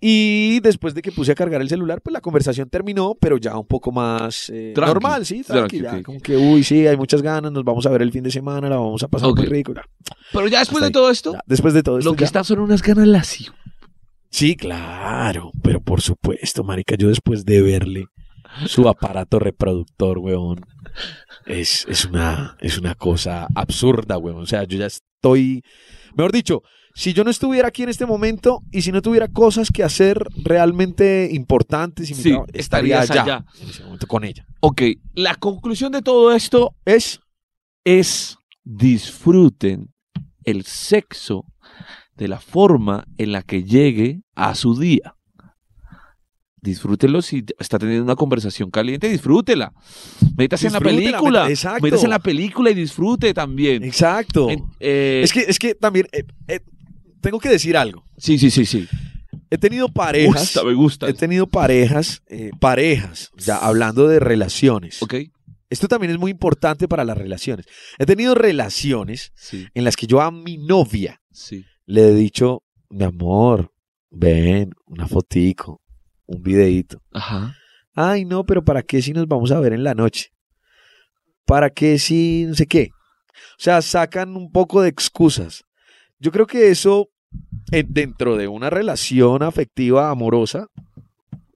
Speaker 3: Y después de que puse a cargar el celular, pues la conversación terminó, pero ya un poco más eh,
Speaker 2: Tranqui,
Speaker 3: normal, sí,
Speaker 2: tranqui,
Speaker 3: tranqui, ya,
Speaker 2: ok.
Speaker 3: como que, uy, sí, hay muchas ganas, nos vamos a ver el fin de semana, la vamos a pasar
Speaker 2: Ok.
Speaker 3: muy rico. ya,
Speaker 2: Pero ya después
Speaker 3: Hasta
Speaker 2: de
Speaker 3: ahí.
Speaker 2: todo esto,
Speaker 3: ya, Después de todo esto,
Speaker 2: lo que
Speaker 3: ya.
Speaker 2: está son unas ganas lascivas.
Speaker 3: Sí, claro, pero por supuesto, marica, yo después de verle su aparato reproductor, weón, es, es, una, es una cosa absurda, weón. O sea, yo ya estoy, mejor dicho, si yo no estuviera aquí en este momento y si no tuviera cosas que hacer realmente importantes, y mi
Speaker 2: Sí,
Speaker 3: trabajo, estaría
Speaker 2: estarías
Speaker 3: allá,
Speaker 2: allá.
Speaker 3: en ese momento con ella.
Speaker 2: Ok, la conclusión de todo esto
Speaker 3: Es
Speaker 2: es disfruten el sexo de la forma en la que llegue a su día. Disfrútelo si está teniendo una conversación caliente, disfrútela. Métase en la
Speaker 3: Disfrútela,
Speaker 2: película.
Speaker 3: meta- exacto.
Speaker 2: Métase en la película y disfrute también.
Speaker 3: exacto.
Speaker 2: En- eh,
Speaker 3: Es que, es que también eh, eh, tengo que decir algo.
Speaker 2: sí, sí, sí, sí.
Speaker 3: He tenido
Speaker 2: Me
Speaker 3: parejas.
Speaker 2: gusta, me gusta.
Speaker 3: He tenido parejas, eh, parejas, ya hablando de relaciones.
Speaker 2: Ok,
Speaker 3: Esto también es muy importante para las relaciones. He tenido relaciones
Speaker 2: sí,
Speaker 3: en las que yo a mi novia
Speaker 2: sí.
Speaker 3: le he dicho, mi amor, ven, una fotico, un videíto.
Speaker 2: Ajá.
Speaker 3: Ay, no, pero ¿para qué si nos vamos a ver en la noche? ¿Para qué si no sé qué? O sea, sacan un poco de excusas. Yo creo que eso, eh, dentro de una relación afectiva amorosa,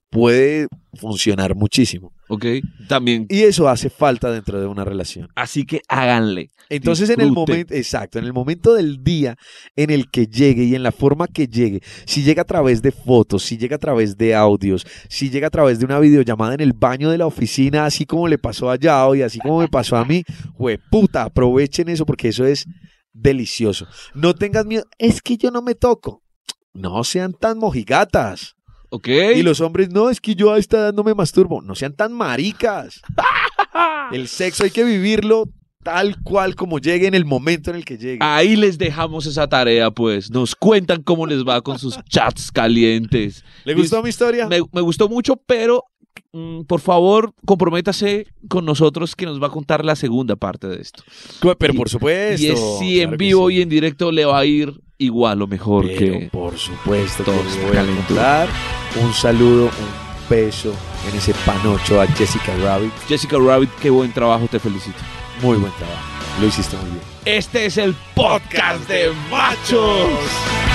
Speaker 3: puede funcionar muchísimo.
Speaker 2: Ok, también.
Speaker 3: Y eso hace falta dentro de una relación.
Speaker 2: Así que háganle.
Speaker 3: Entonces en el
Speaker 2: Disfrute.
Speaker 3: momento, exacto, en el momento del día en el que llegue y en la forma que llegue, si llega a través de fotos, si llega a través de audios, si llega a través de una videollamada en el baño de la oficina, así como le pasó a Yao y así como me pasó a mí, puta, aprovechen eso porque eso es delicioso. No tengas miedo, es que yo no me toco. No sean tan mojigatas.
Speaker 2: Ok.
Speaker 3: Y los hombres, no, es que yo a esta edad no me masturbo. No sean tan maricas. El sexo hay que vivirlo tal cual como llegue en el momento en el que llegue.
Speaker 2: Ahí les dejamos esa tarea, pues. Nos cuentan cómo les va con sus chats calientes.
Speaker 3: ¿Le gustó mi historia?
Speaker 2: Me, me gustó mucho, pero mm, por favor, comprométase con nosotros que nos va a contar la segunda parte de esto.
Speaker 3: Pero
Speaker 2: y-
Speaker 3: por supuesto.
Speaker 2: y es si en
Speaker 3: claro que
Speaker 2: vivo
Speaker 3: sí.
Speaker 2: y en directo le va a ir igual o mejor
Speaker 3: Pero
Speaker 2: que.
Speaker 3: por supuesto que
Speaker 2: todo
Speaker 3: le
Speaker 2: está
Speaker 3: voy a
Speaker 2: calentura.
Speaker 3: contar. Un saludo, un beso en ese panocho a Jessica Rabbit.
Speaker 2: Jessica Rabbit, qué buen trabajo, te felicito.
Speaker 3: Muy buen trabajo. Lo hiciste muy bien.
Speaker 2: Este es el podcast de machos.